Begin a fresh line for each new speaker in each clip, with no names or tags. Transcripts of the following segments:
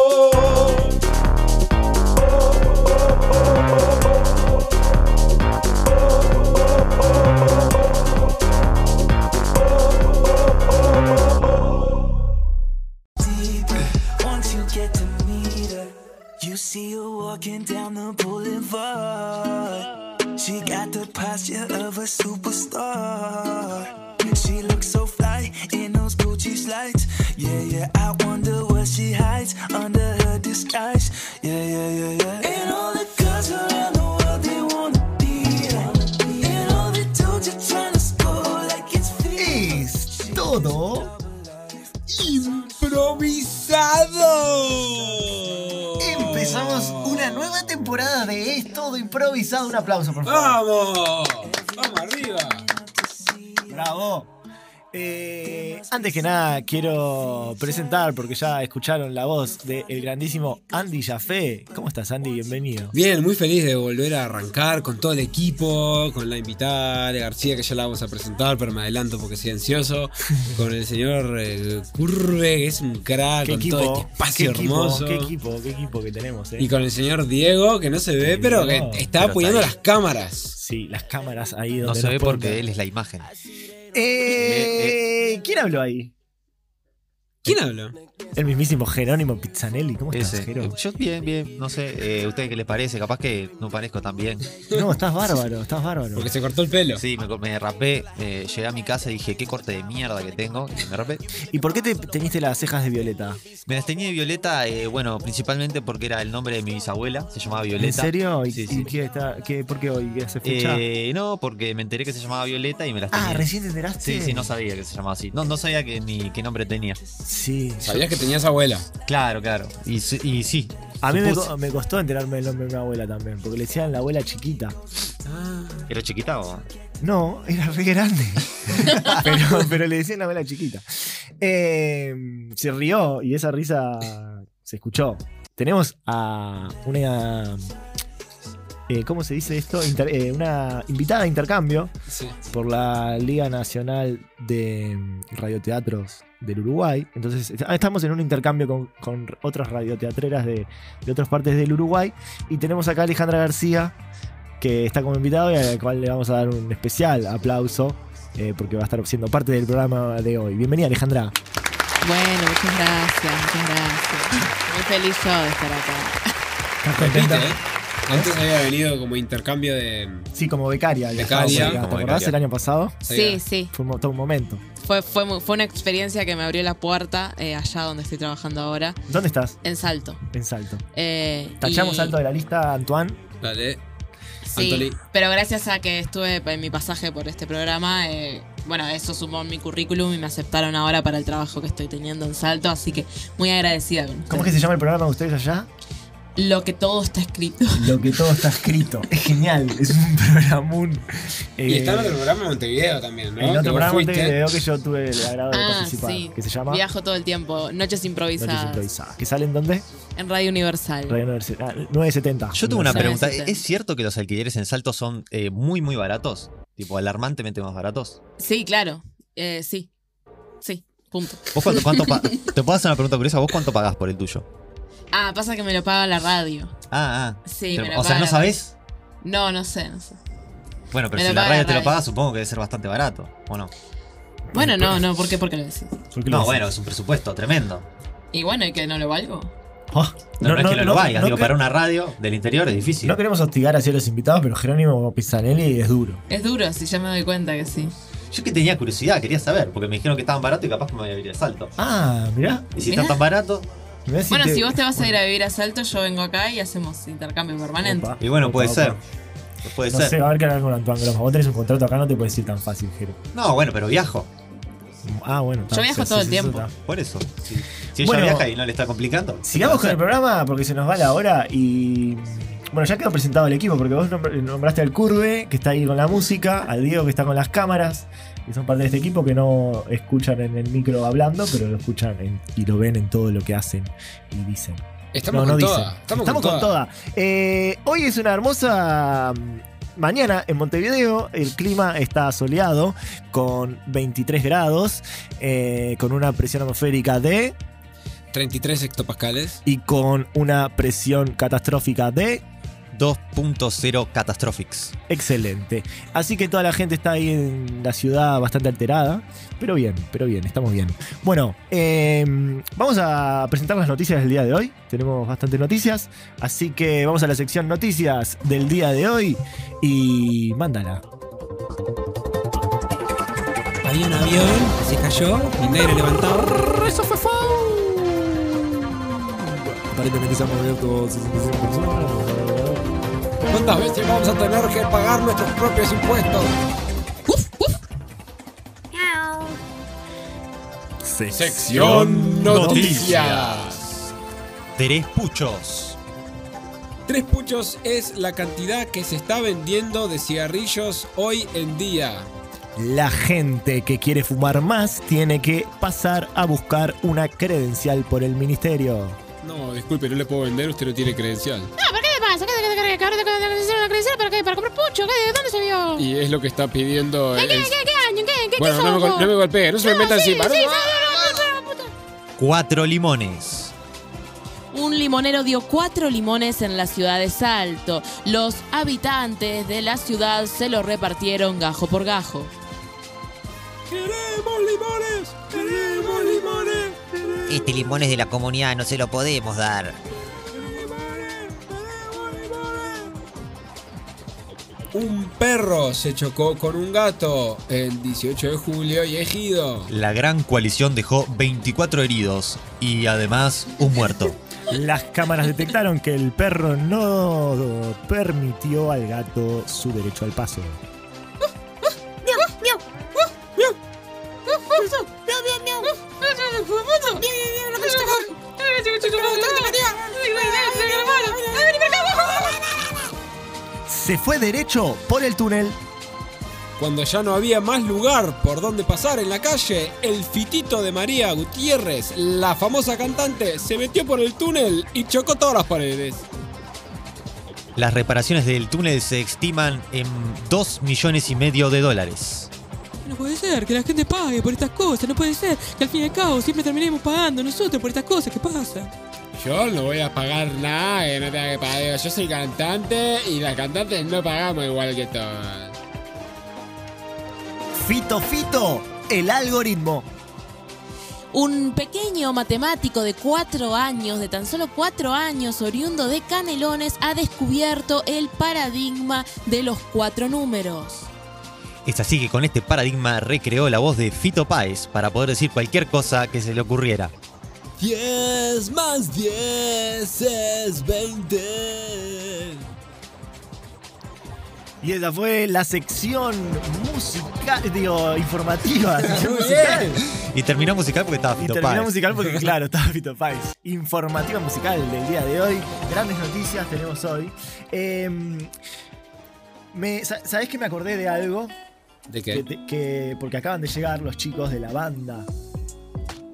improvisado.
Once you get to meet her, you see her walking down the boulevard. She got the posture of a superstar. She looks so fly in those Gucci slides. Yeah, yeah, I wonder what she hides under her disguise. Yeah, yeah, yeah, yeah. And all the girls around the world, they wanna be her. And all the dudes are trying to score like it's
es todo improvisado. Empezamos una nueva temporada de Es todo improvisado. Un aplauso, por favor.
¡Vamos! ¡Vamos arriba!
Bravo. Ah. Eh, antes que nada, quiero presentar, porque ya escucharon la voz del grandísimo Andy Jafé. ¿Cómo estás, Andy? Bienvenido.
Bien, muy feliz de volver a arrancar con todo el equipo, con la invitada Ale García, que ya la vamos a presentar, pero me adelanto porque soy ansioso, con el señor eh, Curve, que es un crack, con todo este espacio
qué equipo,
hermoso.
qué equipo, qué equipo que tenemos, eh.
y con el señor Diego, que no se ve,
Sí,
pero que
Diego,
está
pero
apoyando
está
las cámaras.
Sí, las cámaras ahí donde
No se
nos
ve porque
pongan.
él es la imagen.
Eh, ¿Quién habló ahí?
¿Quién habló?
El mismísimo Jerónimo Pizzanelli. ¿Cómo estás,
Ese.
Jero?
Yo bien, bien, no sé, eh, ¿ustedes qué les parece? Capaz que no parezco tan bien.
No, estás bárbaro, estás bárbaro.
Porque se cortó el pelo.
Sí, me, me rapé, eh, llegué a mi casa y dije, qué corte de mierda que tengo, y me rapé.
¿Y por qué te teñiste las cejas de violeta?
Me las tenía de Violeta, eh, bueno, principalmente porque era el nombre de mi bisabuela, se llamaba Violeta.
¿En serio? ¿Y,
Sí,
y
sí.
qué está, qué, por qué hoy? ¿Qué hace fecha?
Eh, no, porque me enteré que se llamaba Violeta y me las tenía.
ah, ¿recién te enteraste?
Sí, sí, no sabía que se llamaba así. No, no sabía que, ni qué nombre tenía.
Sí.
Sabías que tenías abuela.
Claro, claro. Y, sí- y sí.
A mí me,
supuse.
co- me costó enterarme del nombre de mi abuela también, porque le decían la abuela chiquita.
¿Era chiquita o...?
No, era re grande. pero, pero le decían la abuela chiquita. Eh, se rió y esa risa se escuchó. Tenemos a una. eh, ¿Cómo se dice esto? Inter- eh, una invitada de intercambio
Sí.
por la Liga Nacional de Radioteatros del Uruguay. Entonces, est- ah, estamos en un intercambio con, con otras radioteatreras de, de otras partes del Uruguay. Y tenemos acá a Alejandra García, que está como invitado y a la cual le vamos a dar un especial aplauso, eh, porque va a estar siendo parte del programa de hoy. Bienvenida, Alejandra.
Bueno, muchas gracias, muchas gracias. Muy feliz yo de estar acá.
¿Estás
Repite,
contenta?
¿eh? Antes había venido como intercambio de.
Sí, como becaria. viajaba por
Becaria.
acá. ¿Te
Como
acordás
becaria.
el año pasado?
Sí, sí.
Fue un mo- todo un momento.
Fue, fue, mu- fue una experiencia que me abrió la puerta eh, allá donde estoy trabajando ahora,
¿Dónde estás?
en Salto.
En Salto.
Eh,
Tachamos
y-
Salto de la lista, Antoine.
Dale.
Sí,
Antoli.
pero gracias a que estuve en mi pasaje por este programa, eh, bueno, eso sumó en mi currículum y me aceptaron ahora para el trabajo que estoy teniendo en Salto, así que muy agradecida con
¿Cómo es que
ustedes.
se llama el programa de ustedes allá?
Lo que todo está escrito.
Lo que todo está escrito. Es genial, es un programón.
Y
Eh,
está en otro programa de Montevideo también, ¿no?
en
Que
otro
vos
programa
fuiste.
te veo que yo tuve el agrado de
Ah,
participar,
sí.
que se llama
Viajo todo el tiempo, noches improvisadas,
Noches Improvisadas. ¿Que salen dónde?
en Radio Universal.
Radio Universidad, Ah, 970.
Yo tengo una
Sí,
pregunta.
sí, sí.
¿Es cierto que los alquileres en Salto son eh, muy, muy baratos? Tipo, alarmantemente más baratos.
Sí, claro. Eh, sí. Sí, punto.
¿Vos cuánto, cuánto pa- Te puedo hacer una pregunta curiosa. ¿Vos cuánto pagás por el tuyo?
Ah, pasa que me lo paga la radio.
Ah, ah.
Sí,
Te-
me lo
o sea,
paga
¿no
la-
sabés?
No, no sé, no sé.
Bueno, pero si
Me lo
la
paga
radio
la
te lo
radio.
paga, supongo que debe ser bastante barato, ¿o no?
Bueno, no, no, ¿por qué? ¿Por qué lo decís?
¿Por qué
No,
lo decís?
bueno, es un presupuesto tremendo.
Y bueno, ¿y que no lo valgo?
Oh,
No, no es que lo, lo valgas,
no
digo,
cre-
para una radio del interior es difícil.
no queremos hostigar así a los invitados, pero Jerónimo Pizzanelli es duro.
Es duro, si ya me doy cuenta que sí.
Yo que tenía curiosidad, quería saber, porque me dijeron que estaban baratos y capaz que me voy a ir de salto.
Ah, mirá.
Y si
Mirá.
están tan baratos,
mirá
bueno,
te-
si vos te vas a ir a vivir a Salto, yo vengo acá y hacemos intercambio permanente.
Opa,
y bueno,
opa,
puede
opa.
ser. Puede
No
ser.
sé, va a haber que hablar con Antoine Grosso. Vos tenés un contrato acá, no te puedes ir tan fácil, Jero.
No, bueno, pero viajo.
Ah, bueno. está,
Yo viajo
sí,
todo
sí,
el
sí, eso
tiempo.
está.
Por eso. Si, si ella
Bueno.
viaja y no le está complicando.
Sigamos con
puede
el programa porque se nos va la hora y. Bueno, ya quedó presentado el equipo porque vos nombr- nombraste al Curve, que está ahí con la música, al Diego, que está con las cámaras, que son parte de este equipo que no escuchan en el micro hablando, pero lo escuchan en- y lo ven en todo lo que hacen y dicen.
Estamos
no, no
con
dicen.
toda. Estamos,
con toda. Eh, hoy es una hermosa mm, mañana en Montevideo. El clima está soleado con 23 grados, eh, con una presión atmosférica de
33 hectopascales.
y con una presión catastrófica de
2.0 Catastrophics.
excelente. Así que toda la gente está ahí en la ciudad bastante alterada, pero bien, pero bien, estamos bien. Bueno, eh, vamos a presentar las noticias del día de hoy. Tenemos bastantes noticias, así que vamos a la sección noticias del día de hoy y mándala.
Había un avión, se cayó y nadie lo levantó. ¡Eso fue
Aparentemente se han abierto
¿Cuántas veces vamos a tener que pagar nuestros propios impuestos? Sección Noticias.
Tres puchos.
Tres puchos es la cantidad que se está vendiendo de cigarrillos hoy en día.
La gente que quiere fumar más tiene que pasar a buscar una credencial por el ministerio.
No, disculpe, no le puedo vender, usted no tiene credencial.
¿Pero qué le pasa? ¿Qué, qué, qué, qué, cabrón, ¿Te hicieron la credencial para qué? ¿Para comprar pucho? ¿Qué? ¿De dónde se vio?
Y es lo que está pidiendo el...
¿Qué, qué, qué, qué año? ¿Qué, qué,
Bueno,
qué
no me,
somos?
gol- no me golpee, no se me meta
sí,
encima.
sí, no,
¿no?
no, no, no, puta.
Cuatro limones.
Un limonero dio cuatro limones en la ciudad de Salto. Los habitantes de la ciudad se lo repartieron gajo por gajo.
¡Queremos limones! ¡Queremos limones!
Este limón es de la comunidad, no se lo podemos dar.
Un perro se chocó con un gato el 18 de julio y Ejido.
La gran coalición dejó 24 heridos y además un muerto.
Las cámaras detectaron que el perro no permitió al gato su derecho al paso. Se fue derecho por el túnel.
Cuando ya no había más lugar por donde pasar en la calle, el fitito de María Gutiérrez, la famosa cantante, se metió por el túnel y chocó todas las paredes.
Las reparaciones del túnel se estiman en 2 millones y medio de dólares.
No puede ser que la gente pague por estas cosas, no puede ser que al fin y al cabo siempre terminemos pagando nosotros por estas cosas que pasan.
Yo no voy a pagar nada que no tenga que pagar. Yo soy cantante y las cantantes no pagamos igual que todas.
Fito, fito, el algoritmo.
Un pequeño matemático de cuatro años, de tan solo cuatro años, oriundo de Canelones, ha descubierto el paradigma de los cuatro números.
Es así que con este paradigma recreó la voz de Fito Páez para poder decir cualquier cosa que se le ocurriera.
10 más 10 es 20.
Y esa fue la sección musical, digo, informativa. sección
Muy
musical.
bien.
Y terminó musical porque estaba
Y
Fito
terminó
Páez.
musical porque, claro, estaba Fito Páez. Informativa musical del día de hoy. Grandes noticias tenemos hoy. Em, me, sa- ¿Sabés que me acordé de algo?
¿De
Que,
qué?
te- que- porque acaban de llegar los chicos de la banda.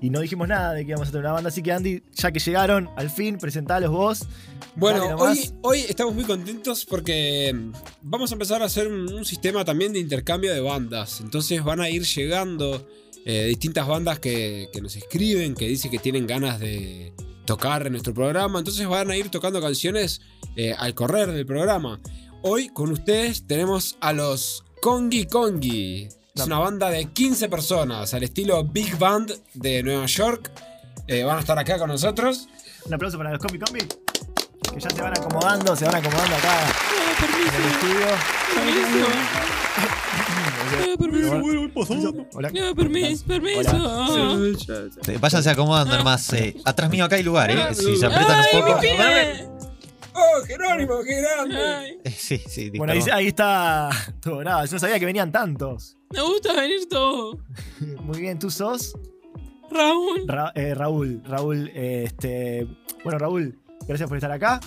Y no dijimos nada de que íbamos a tener una banda. Así que, Andy, ya que llegaron, al fin, presentalos vos. Dale
Bueno,
nomás.
hoy, hoy estamos muy contentos porque mm, vamos a empezar a hacer un, un sistema también de intercambio de bandas. Entonces van a ir llegando eh, distintas bandas que, que nos escriben, que dicen que tienen ganas de tocar en nuestro programa. Entonces van a ir tocando canciones eh, al correr del programa. Hoy con ustedes tenemos a los Kongi Kongi. Es una banda de 15 personas al estilo Big Band de Nueva York. Eh, van a estar acá con nosotros.
Un aplauso para los Combi Combi. Que ya se van acomodando, se van acomodando acá
Ah,
en el estudio. Hola.
No, permiso, permiso.
Eh, Váyanse acomodando nomás. eh, atrás mío acá hay lugar, ¿eh? Si se apretan
Ah. ¡Ay,
un
mi
poco.
pibe!
¡Oh, Jerónimo, qué grande!
Ay,
Eh, Sí, sí,
Bueno, ahí,
disparó.
ahí está todo bravo. Yo no sabía que venían tantos.
me gusta venir todo.
Muy bien, tú sos
Raúl.
Ra- eh, Raúl. Raúl, eh, este. Bueno, Raúl, gracias por estar acá.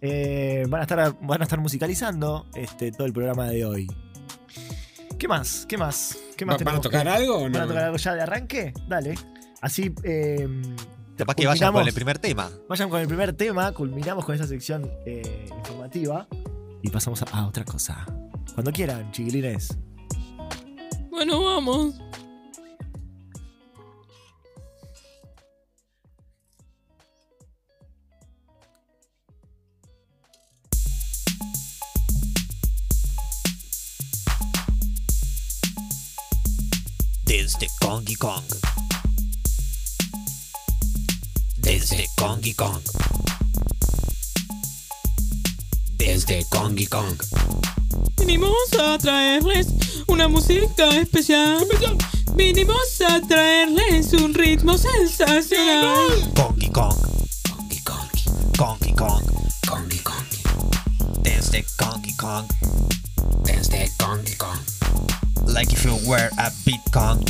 Eh, van, a estar, van a estar musicalizando este, todo el programa de hoy. ¿Qué más? ¿Qué más? ¿Qué más
¿Va- ¿Van a
tenemos
tocar
que-
algo o
¿Van a
no?
tocar algo ya de arranque? Dale. Así eh,
Capaz que vayan con
culminamos-
el primer tema.
vayan con el primer tema, culminamos con esa sección eh, informativa y pasamos a, a otra cosa. Cuando quieran, chiquilines.
Bueno, vamos.
Desde Kongi Kong. Desde Kongi Kong. Desde Kongi Kong.
Vinimos a traerles una música especial. Vinimos a traerles un ritmo sensacional.
Kongi Kong. Kongi Kong. Kongi Kong. Kongi Kong. Este Desde Kongi Kong. Desde Kongi Kong. Like if you were a Bitcoin.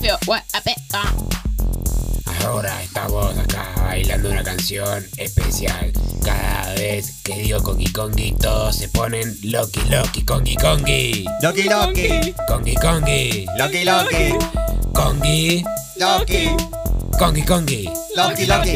Feo, what a
ah,
pedo.
Ahora estamos acá bailando una canción especial. Cada vez que digo Kongi Kongi, todos se ponen Loki Loki Kongi Kongi.
Loki Loki.
Kongi Kongi.
Loki Loki.
Kongi.
Loki.
Kongi Kongi.
Loki Loki.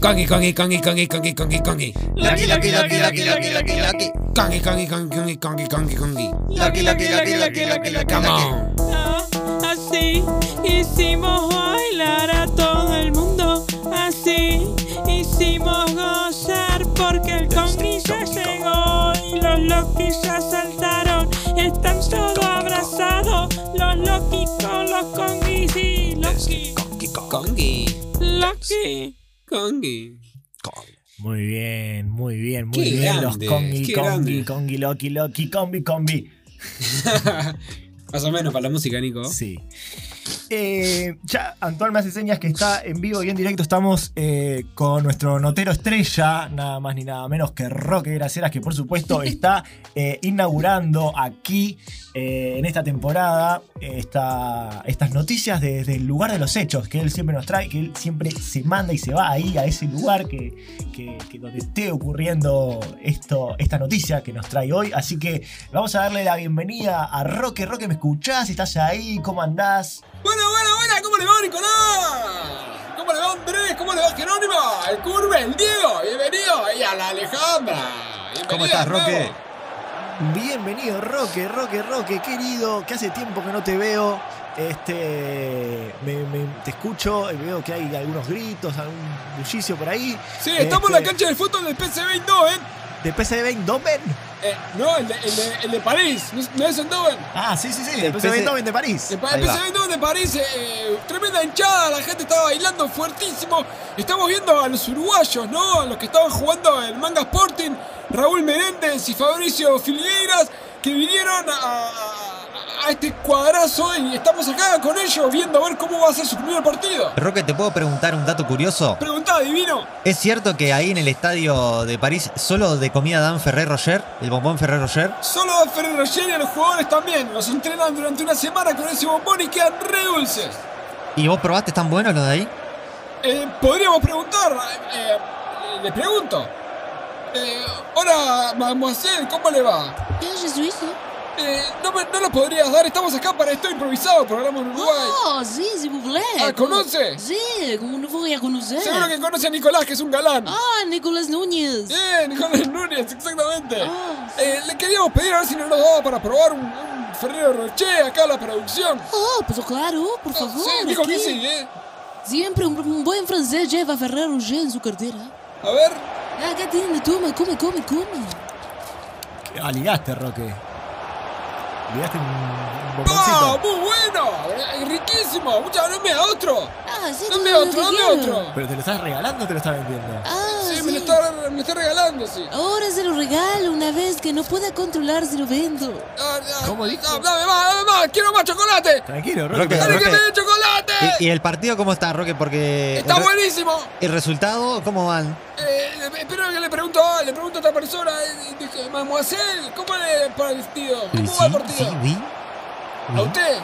Kongi Kongi Kongi Kongi Kongi Kongi Kongi.
Loki Loki Loki Loki Loki Loki Loki.
Kongi Kongi Kongi Kongi Kongi Kongi Kongi.
Loki Loki Loki Loki Loki Loki.
Come on.
Ah, Así hicimos bailar a todo el mundo. Así hicimos gozar porque el Congi ya llegó y los Loki ya saltaron. Están todos abrazados los Loki con los Congis y Loki.
Kongi.
Loki.
Kongi.
Muy bien, muy bien, muy
Qué
bien.
grande,
los Kongi,
qué
Kongi,
grande.
Kongi, Loki, Loki, Kombi, Kombi.
Más o menos para la música, Nico.
Sí. Eh, ya, Antoine me hace señas que está en vivo y en directo. Estamos eh, con nuestro notero estrella, nada más ni nada menos que Roque Graceras, que por supuesto está eh, inaugurando aquí eh, en esta temporada esta- estas noticias de- desde el lugar de los hechos que él siempre nos trae, que él siempre se manda y se va ahí a ese lugar que, que- que donde esté ocurriendo esto, esta noticia que nos trae hoy. Así que vamos a darle la bienvenida a Roque. Roque, ¿me escuchás? ¿Estás ahí? ¿Cómo andás?
Bueno, bueno, bueno, ¿cómo le va, Nicolás? ¿Cómo le va, Andrés? ¿Cómo le va, Jerónimo? El Curve, el Diego, bienvenido. Y a la Alejandra.
¿Cómo estás, Roque?
Bienvenido, Roque, Roque, Roque, querido, que hace tiempo que no te veo. Este, me- me- te escucho, y veo que hay algunos gritos, algún bullicio por ahí.
Sí, estamos en la
Este,
cancha del fútbol del PSV
¿eh?
Eindhoven.
¿De PSV Eindhoven?
Eh, no, el de, el, de, el de París, no es, no es Eindhoven.
Ah, sí, sí, sí,
Del
del PSV
PC.
Eindhoven de París.
El, pa-
Ahí
el
va.
PSV Eindhoven de París, eh, eh, tremenda hinchada, la gente estaba bailando fuertísimo. Estamos viendo a los uruguayos, ¿no? A los que estaban jugando el Manga Sporting, Raúl Menéndez y Fabricio Filgueiras, que vinieron a, a- a este cuadrazo y estamos acá con ellos viendo a ver cómo va a ser su primer partido.
Roque, ¿te puedo preguntar un dato curioso?
Preguntá, divino.
¿Es cierto que ahí en el estadio de París solo de comida dan Ferrer Roger, el bombón Ferrer Roger?
Solo a Ferrer Rocher y a los jugadores también. Los entrenan durante una semana con ese bombón y quedan re dulces.
¿Y vos probaste tan bueno lo de ahí?
Eh, podríamos preguntar, eh, eh, le pregunto. Eh, hola, mademoiselle, ¿cómo le va?
¿Qué es eso?
Eh, no, me- no lo podrías dar, estamos acá para esto improvisado, programa en Uruguay.
Oh, sí, si vous voulez.
Ah, ¿conoce?
Eh, Sí, como no voy a conocer.
Seguro que conoce a Nicolás, que es un galán.
Ah, Nicolás Núñez.
Eh, Nicolás Núñez, exactamente.
Ah, sí.
Eh, le queríamos pedir a ver si no nos daba para probar un, un Ferrero Rocher acá a la producción.
Oh, pues claro, por
Ah,
favor.
sí, dijo que
aquí.
sí, ¿eh?
Siempre un, un buen francés lleva Ferrero Rocher en su cartera. Ah,
A ver,
Acá tiene, toma, come, come, come.
Ah, ligaste, Roque. Ligaste un, un
¡pah!
bomboncito.
Ah, ¡Muy bueno! Eh, ¡Riquísimo! ¡Muchas dame a otro!
Ah, sí,
¡Dame
todo lo
otro,
que
dame
quiero.
otro!
¿Pero te lo estás regalando o te lo estás vendiendo?
Ah,
Sí,
sí.
Me, lo está, me lo está regalando, sí.
Ahora se lo regalo una vez que no pueda controlar si lo vendo.
Ah, ah,
¿Cómo dijo?
ah, Dame más, dame más, quiero más chocolate.
Tranquilo,
Roque,
Roque.
Roque.
Dale que me dé chocolate.
¿Y, y el partido cómo está, Roque? Porque.
Está
el, re-
buenísimo.
el resultado cómo van?
Eh, eh, espero que le pregunto, ah, le pregunto a otra persona, eh, dije, mademoiselle, ¿cómo le el partido? ¿Cómo va el
sí,
partido?
oui.
A usted,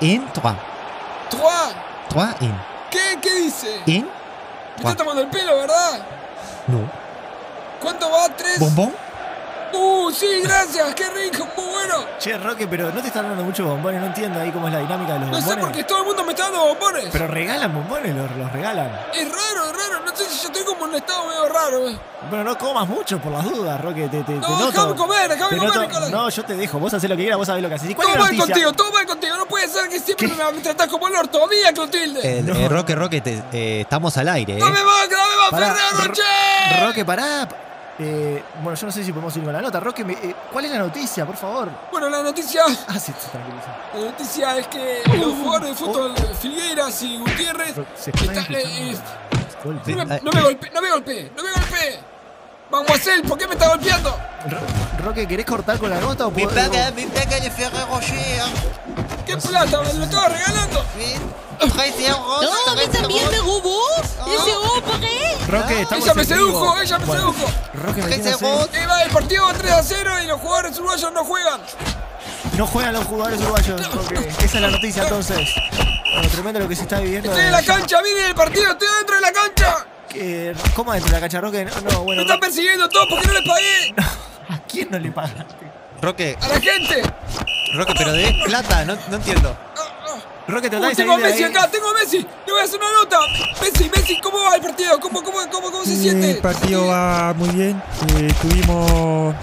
oui. En trois.
Trois,
Trois en.
¿qué, qué dice?
En.
Me está tomando el pelo, ¿verdad?
No.
¿Cuánto va? ¿Tres?
¿Bombón?
Uh, sí, gracias, qué rico, muy bueno.
Che, Roque, pero no te están dando muchos bombones, no entiendo ahí cómo es la dinámica de los
No
bombones.
sé por qué todo el mundo me está dando bombones.
Pero regalan bombones, los, los regalan.
Es raro, es raro, no sé si yo estoy como en un estado medio raro. eh.
Bueno, no comas mucho por las dudas, Roque. Te, te, te
No,
noto.
dejame comer, dejame
Te
comer,
noto-
Nicolás.
No, yo te dejo. Vos hacés lo que quieras, vos sabés lo que haces. ¿Y cuál
Todo
es la
mal
noticia?
contigo, todo mal contigo. No puede ser que siempre me tratás como el orto. Mía, Clotilde.
Eh,
No.
eh, Roque, Roque, te- eh, estamos al aire, ¿eh?
Dame más, dame más,
Pará,
Ferrero
Ro-
Rocher.
Roque, pará. Eh, bueno, yo no sé si podemos ir con la nota. Roque, me- eh, ¿cuál es la noticia, por favor?
Bueno, la noticia,
Ah, sí, se tranquiliza.
la noticia es que los jugadores de fútbol Figueras y Gutiérrez.
Ro- Uh, Se están
Está-
escuchando
eh, eh,
los golpes.
No me, no me golpeé, no me golpeé, no me golpeé. Maguacel, ¿por qué me está golpeando?
Ro- Roque, ¿querés cortar con la nota o puedo-
mi paga de Ferrero Rocher.
¿Qué plata? Me lo estaba regalando.
¡No, a mí también me gubó! ¡Ese hombre!
Roque, estamos
Ella me
en vivo.
sedujo, ella me
Bueno,
sedujo.
Roque,
Tres
metiéndose.
segundos.
Eh, va el partido 3 a 0 y los jugadores uruguayos no juegan.
No juegan los jugadores uruguayos. Roque. Esa es la noticia entonces. Bueno, tremendo lo que se está viviendo.
Estoy en la cancha, miren el partido, estoy dentro de la cancha.
Eh, ¿Cómo adentro la cancha, Roque? No, no,
Me
bueno.
están
Roque-
persiguiendo todos porque no les pagué
¿A quién no le paga?
Roque,
a la gente.
Roque, pero de plata, no, no entiendo.
Roque, tratá
Uy,
de
tengo a
salir de
Messi
ahí.
acá, tengo a Messi. Le voy a hacer una nota. Messi, Messi, ¿cómo va el partido? ¿Cómo, cómo, cómo, cómo se siente?
El partido va muy bien. eh, estuvimos,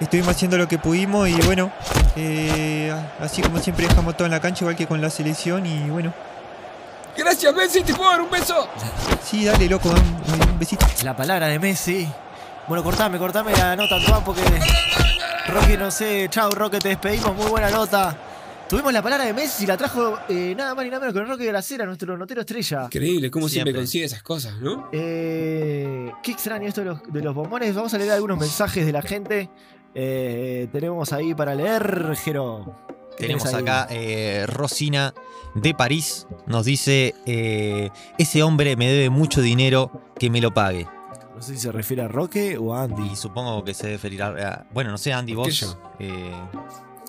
estuvimos haciendo lo que pudimos y bueno, eh, así como siempre dejamos todo en la cancha, igual que con la selección y bueno.
Gracias, Messi, te puedo dar un beso.
Sí, dale, loco, dame un, un besito.
La palabra de Messi. Bueno, cortame, cortame la nota, Juan, porque. Roque, no sé. Chau, Roque, te despedimos. Muy buena nota. Tuvimos la palabra de Messi, la trajo eh, nada más ni nada menos que Roque Gracera, nuestro notero estrella.
Increíble, cómo
siempre Siempre. consigue
esas cosas, ¿no?
Eh, qué extraño esto de los, de los bombones. Vamos a leer algunos mensajes de la gente. Eh, tenemos ahí para leer, Jero. ¿Qué
Tenemos
tenés ahí?
acá eh, Rosina de París. Nos dice: eh, Ese hombre me debe mucho dinero, que me lo pague.
No sé si se refiere a Roque o a Andy.
Y supongo que se referirá a. Bueno, no sé, Andy,
¿Por qué
vos.
yo?
eh,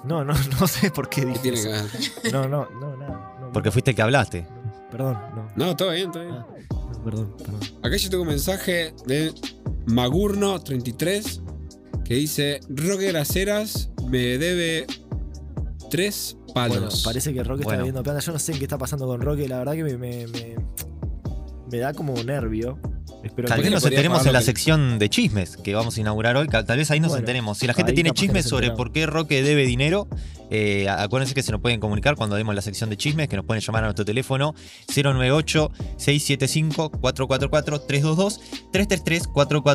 No, no, no sé por qué dije eso.
ver?
No, no, no, nada. no,
porque fuiste el que hablaste.
Perdón, no.
No, todo bien, todo
Ah, Perdón, perdón.
Acá yo tengo un mensaje de Magurno33 que dice: Roque Graceras me debe tres palos.
Bueno, parece que Roque
Bueno.
está viendo plata. Yo no sé qué está pasando con Roque. La verdad que me, me, me- me da como nervio. Espero
Tal
que
vez nos
podría
enteremos
pagar
en la
lo que-
sección de chismes que vamos a inaugurar hoy. Tal vez ahí nos
Bueno,
enteremos. Si la gente
ahí
tiene
capaz que
chismes
nos
sobre
enteramos.
por qué Roque debe dinero, eh, acuérdense que se nos pueden comunicar cuando demos la sección de chismes, que nos pueden llamar a nuestro teléfono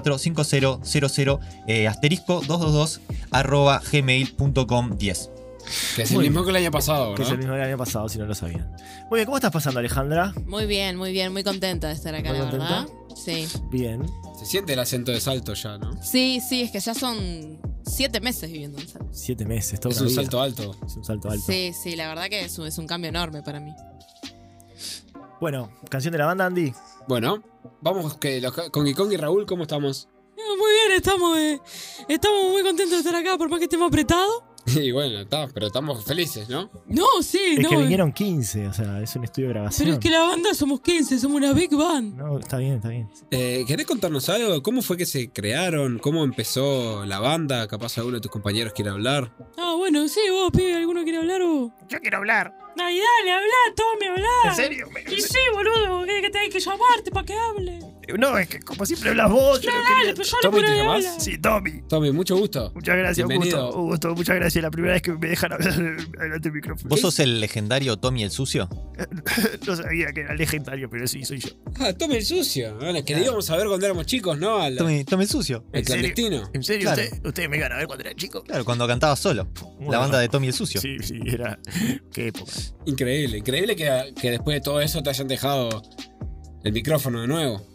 098-675-444-322-333-445000 eh, asterisco 222 arroba gmail.com 10.
que es el mismo que el año pasado,
que es el
¿verdad?
mismo del año pasado, si no lo sabían. Muy bien, ¿cómo estás pasando, Alejandra?
Muy bien, muy bien, muy contenta de estar acá,
¿Muy
la
contenta?
verdad. Sí.
Bien.
Se siente el acento de salto ya, ¿no?
Sí, sí, es que ya son siete meses viviendo en Salta.
Siete meses, todo
Es un salto alto.
Es un salto alto.
Sí, sí, la verdad que es un, es un cambio enorme para mí.
Bueno, canción de la banda, Andy.
Bueno, vamos que los- con Gikong y Raúl, ¿cómo estamos?
Muy bien, estamos,
eh,
estamos muy contentos de estar acá, por más que estemos apretados.
Y bueno, está, pero estamos felices, ¿no?
No, sí,
Es
no.
eh.
que vinieron 15, o sea, es un estudio de grabación.
pero es que la banda somos 15, somos una big band.
No, está bien, está bien.
Eh, ¿Querés contarnos algo? ¿Cómo fue que se crearon? ¿Cómo empezó la banda? Capaz alguno de tus compañeros quiere hablar.
Ah, bueno, sí, vos, pibe, ¿alguno quiere hablar vos?
Yo quiero hablar.
Ay, dale, habla, Tommy, habla.
¿En serio? Me-
Y sí, boludo, que, que tenés que llamarte para que hable.
No, es que como siempre hablas vos, yo no
Dale,
quería...
pero yo le
Tommy,
por
¿te
ahí
llamás?
habla.
Sí, Tommy.
Tommy, mucho gusto.
Muchas gracias, un
Bienvenido.
gusto. Un gusto, muchas gracias. La primera vez que me dejan hablar adelante el micrófono.
¿Vos sos el legendario Tommy el Sucio?
No sabía que era legendario, pero sí, soy yo.
Ah, Tommy el sucio. Bueno, que le íbamos a ver cuando éramos chicos, ¿no? Al,
Tommy, Tommy el Sucio.
al
¿En serio?
clandestino.
¿En serio?
Claro.
Usted- Ustedes me iban a ver cuando eran chicos.
Claro, cuando cantaba solo. La
Bueno.
banda de Tommy el Sucio.
Sí, sí, era. Qué época.
Increíble, increíble que, que después de todo eso te hayan dejado el micrófono de nuevo.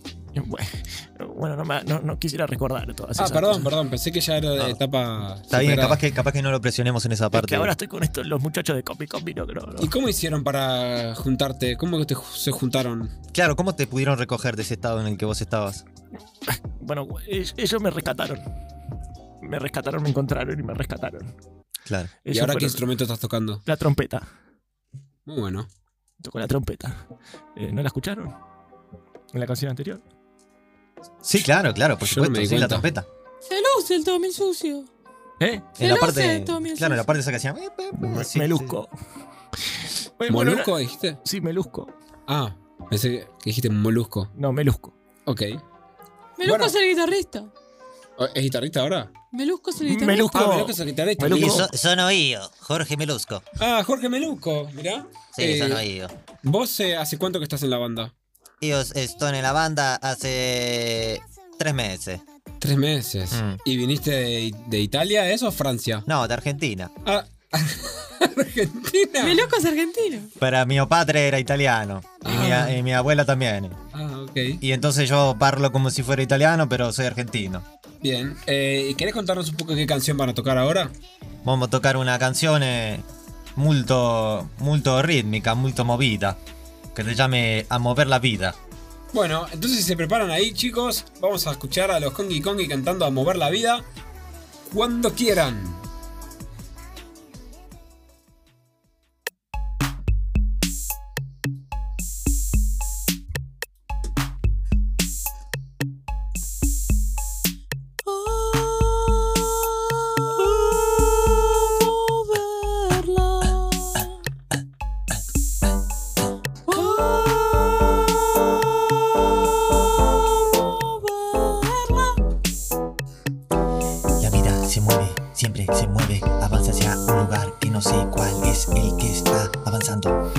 Bueno, no, me- no, no quisiera recordar todas
Ah,
esas
perdón,
cosas.
perdón, pensé que ya era de
Ah.
etapa.
Está bien,
superada.
capaz que, capaz que no lo presionemos en esa
Es
parte.
que ahora estoy con estos los muchachos de Combi Combi, no, no, no.
¿Y cómo hicieron para juntarte? ¿Cómo te ju- se juntaron?
Claro, ¿cómo te pudieron recoger de ese estado en el que vos estabas?
Bueno, ellos ellos me rescataron. Me rescataron, me encontraron y me rescataron.
Claro.
¿Y
Ellos
ahora qué
fueron-
instrumento estás tocando?
La trompeta.
Muy bueno.
Tocó la trompeta. Eh, ¿No la escucharon? En la canción anterior.
Sí, claro, claro, por
Yo no
supuesto.
me di
sí, la
cuenta.
trompeta.
Se luce el Tommy sucio.
¿Eh?
En la
lo
parte.
hace Tommy el
claro, en la
Sucio.
parte esa que hacía.
Me,
Sí,
me
sí.
luzco. Bueno, bueno,
¿Molusco dijiste?
na- sí, me luzco.
Ah, pensé que dijiste molusco.
No, me luzco.
Ok.
Melusco
Bueno.
es el guitarrista.
¿Es guitarrista ahora?
Melusco es
Mm,
el
Me
guitarrista.
luzco.
Ah, Melusco es el guitarrista.
Melusco.
Y
Mirá.
so- son oído, Jorge Melusco.
Ah, Jorge Melusco, mirá.
Sí,
Eh,
son oído.
¿Vos eh, hace cuánto que estás en la banda?
Ellos están en la banda hace tres meses.
Tres meses.
Mm.
¿Y viniste de, de Italia, eso o Francia?
No, de Argentina.
Ah, Argentina.
Mi loco es argentino.
Para mi padre era italiano. Y, mi, a- y mi abuela también.
Ah, ok.
Y entonces yo parlo como si fuera italiano, pero soy argentino.
Bien. Eh, ¿y ¿Querés contarnos un poco qué canción van a tocar ahora?
Vamos a tocar una canción eh, molto, molto ritmica, molto movida. Que se llame A mover la vida.
Bueno, entonces si se preparan ahí, chicos, vamos a escuchar a los Congi Congi cantando a mover la vida cuando quieran.
La vida se mueve, siempre se mueve, avanza hacia un lugar que no sé cuál es el que está avanzando.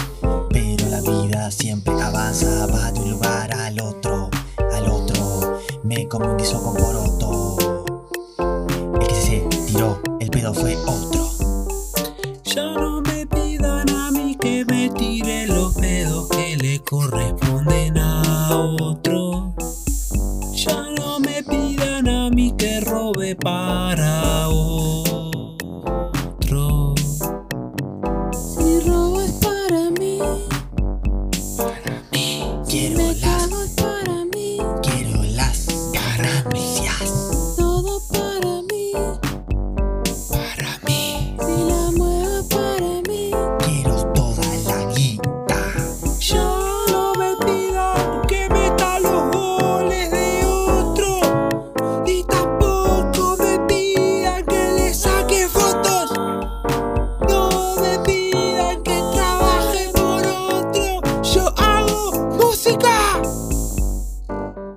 Pero la vida siempre avanza, va de un lugar al otro, al otro. Me como un guiso con poroto. El que se tiró, el pedo fue otro.
Ya no me pidan a mí que me tire los pedos que le corresponden a otro. Ya no me pidan a mí que robe para otro.
Si robo es para mí,
Quiero
me
las,
cago es para mí,
quiero las caricias.
todo para mí.
Para mí,
Si la muevo es para mí,
quiero toda la guita.
Ya no me pidan que meta los goles de otro. Ni tampoco me pidan que le saque fotos. No me pidan que trabaje por otro. Yo hago música.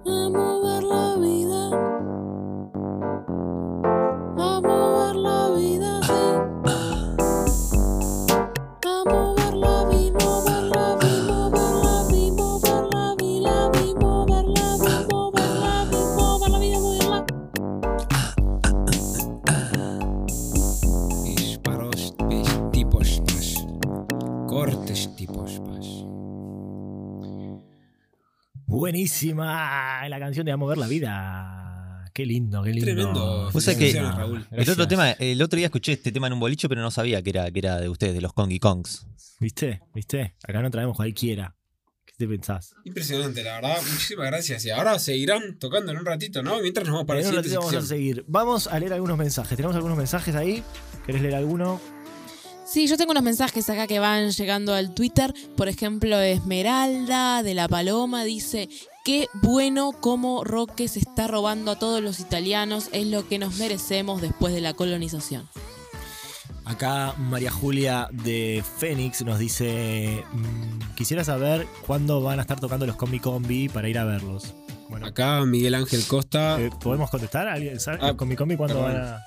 a mover la vida, a mover la vida, sí. A mover la vi, mover la vi, mover la vi, mover la vi, la vi, mover la vi, mover la vi, mover la vida, mover la
Disparos, pis- tipos, pas. Cortes, tipos, pas.
Buenísima la canción de A Mover la Vida. Qué lindo, qué lindo.
Tremendo.
Vos sabés
Felicitaciones,
que-
Raúl.
El otro, tema, el otro día escuché este tema en un bolicho, pero no sabía que era, que era de ustedes, de los Congi Kongs.
¿Viste? ¿Viste? Acá no traemos cualquiera. ¿Qué te pensás?
Impresionante, la verdad. Muchísimas gracias. Y ahora seguirán tocando en un ratito, ¿no? Mientras nos vamos para la
En un
siguiente
ratito vamos a
sección.
seguir. Vamos a leer algunos mensajes. Tenemos algunos mensajes ahí. ¿Querés leer alguno?
Sí, yo tengo unos mensajes acá que van llegando al Twitter. Por ejemplo, Esmeralda de la Paloma dice: Qué bueno cómo Roque se está robando a todos los italianos, es lo que nos merecemos después de la colonización.
Acá María Julia de Fénix nos dice: mm, Quisiera saber cuándo van a estar tocando los Combi Combi para ir a verlos. Bueno,
Acá Miguel Ángel Costa.
eh, ¿podemos contestar? ¿Alguien sabe?
Ah,
¿Los Combi Combi cuándo
perdón.
van a.?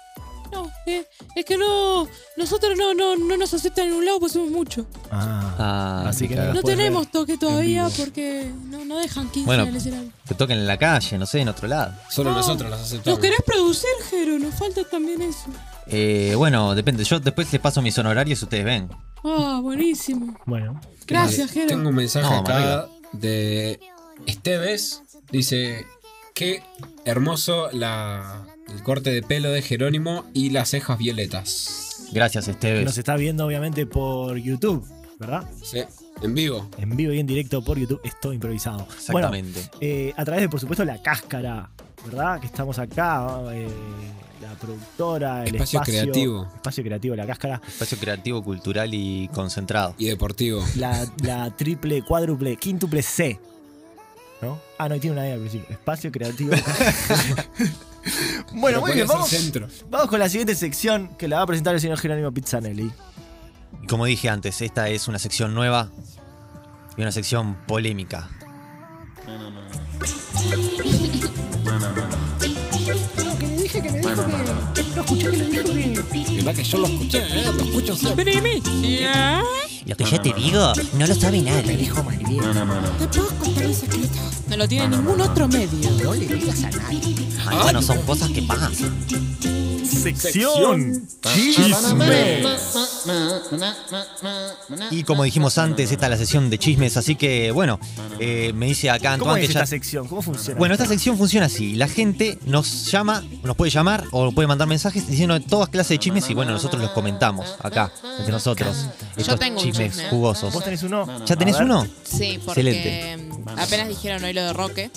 No, eh, es que no, nosotros no, no, no nos aceptan en un lado porque somos muchos.
Ah,
Ah,
Así
me
que
cago.
nada.
No
Después de-
tenemos toque todavía
vivo.
porque no, no dejan 15
Bueno.
al escenario.
Que toquen en la calle, no sé, en otro lado.
Solo
No.
nosotros las
¿Los
aceptamos.
querés producir, Jero? Nos falta también eso.
Eh, bueno, depende. Yo después les paso mis honorarios y ustedes ven.
Ah, buenísimo.
bueno.
Gracias,
Vale, Tengo
Jero.
un mensaje
No,
acá de Esteves. Dice: Qué hermoso la, el corte de pelo de Jerónimo y las cejas violetas.
Gracias, Esteves.
Nos está viendo, obviamente, por YouTube, ¿verdad?
Sí, en vivo.
En vivo y en directo por YouTube. Es todo improvisado. Bueno,
Exactamente.
eh, a través de, por supuesto, la cáscara, ¿verdad? Que estamos acá. eh, la productora, el
Espacio
espacio,
creativo.
Espacio creativo, la cáscara.
Espacio creativo, cultural y concentrado.
Y deportivo.
La, la triple, cuádruple, quíntuple C. ¿No? Ah, no, y tiene una E al principio. Espacio creativo. bueno, muy
Pero podría
bien,
ser
vamos,
centro.
vamos con la siguiente sección que la va a presentar el señor Jerónimo Pizzanelli.
Y como dije antes, esta es una sección nueva y una sección polémica.
¿Verdad que yo lo escuché? ¿eh? Lo escucho siempre.
Primi. ¿Ya?
Lo que yo te digo no lo sabe nadie.
No, no, no, no.
¿Te puedo contar un secreto? No lo tiene ningún otro medio.
No le digas a nadie.
Ah, Estas no son cosas que pasan.
Sección
Y como dijimos antes, esta es la sesión de chismes, así que bueno, eh, me dice acá
¿Cómo
Antoine
es
que ya.
esta sección? ¿Cómo funciona?
Bueno, esta sección funciona así. La gente nos llama, nos puede llamar o puede mandar mensajes diciendo todas clases de chismes y bueno, nosotros los comentamos acá, entre nosotros. Estos
tengo un
chismes
chisme.
jugosos.
¿Vos tenés uno?
¿Ya tenés
A ver.
uno?
Sí, porque
Excelente.
mm, apenas dijeron hoy lo de Roque,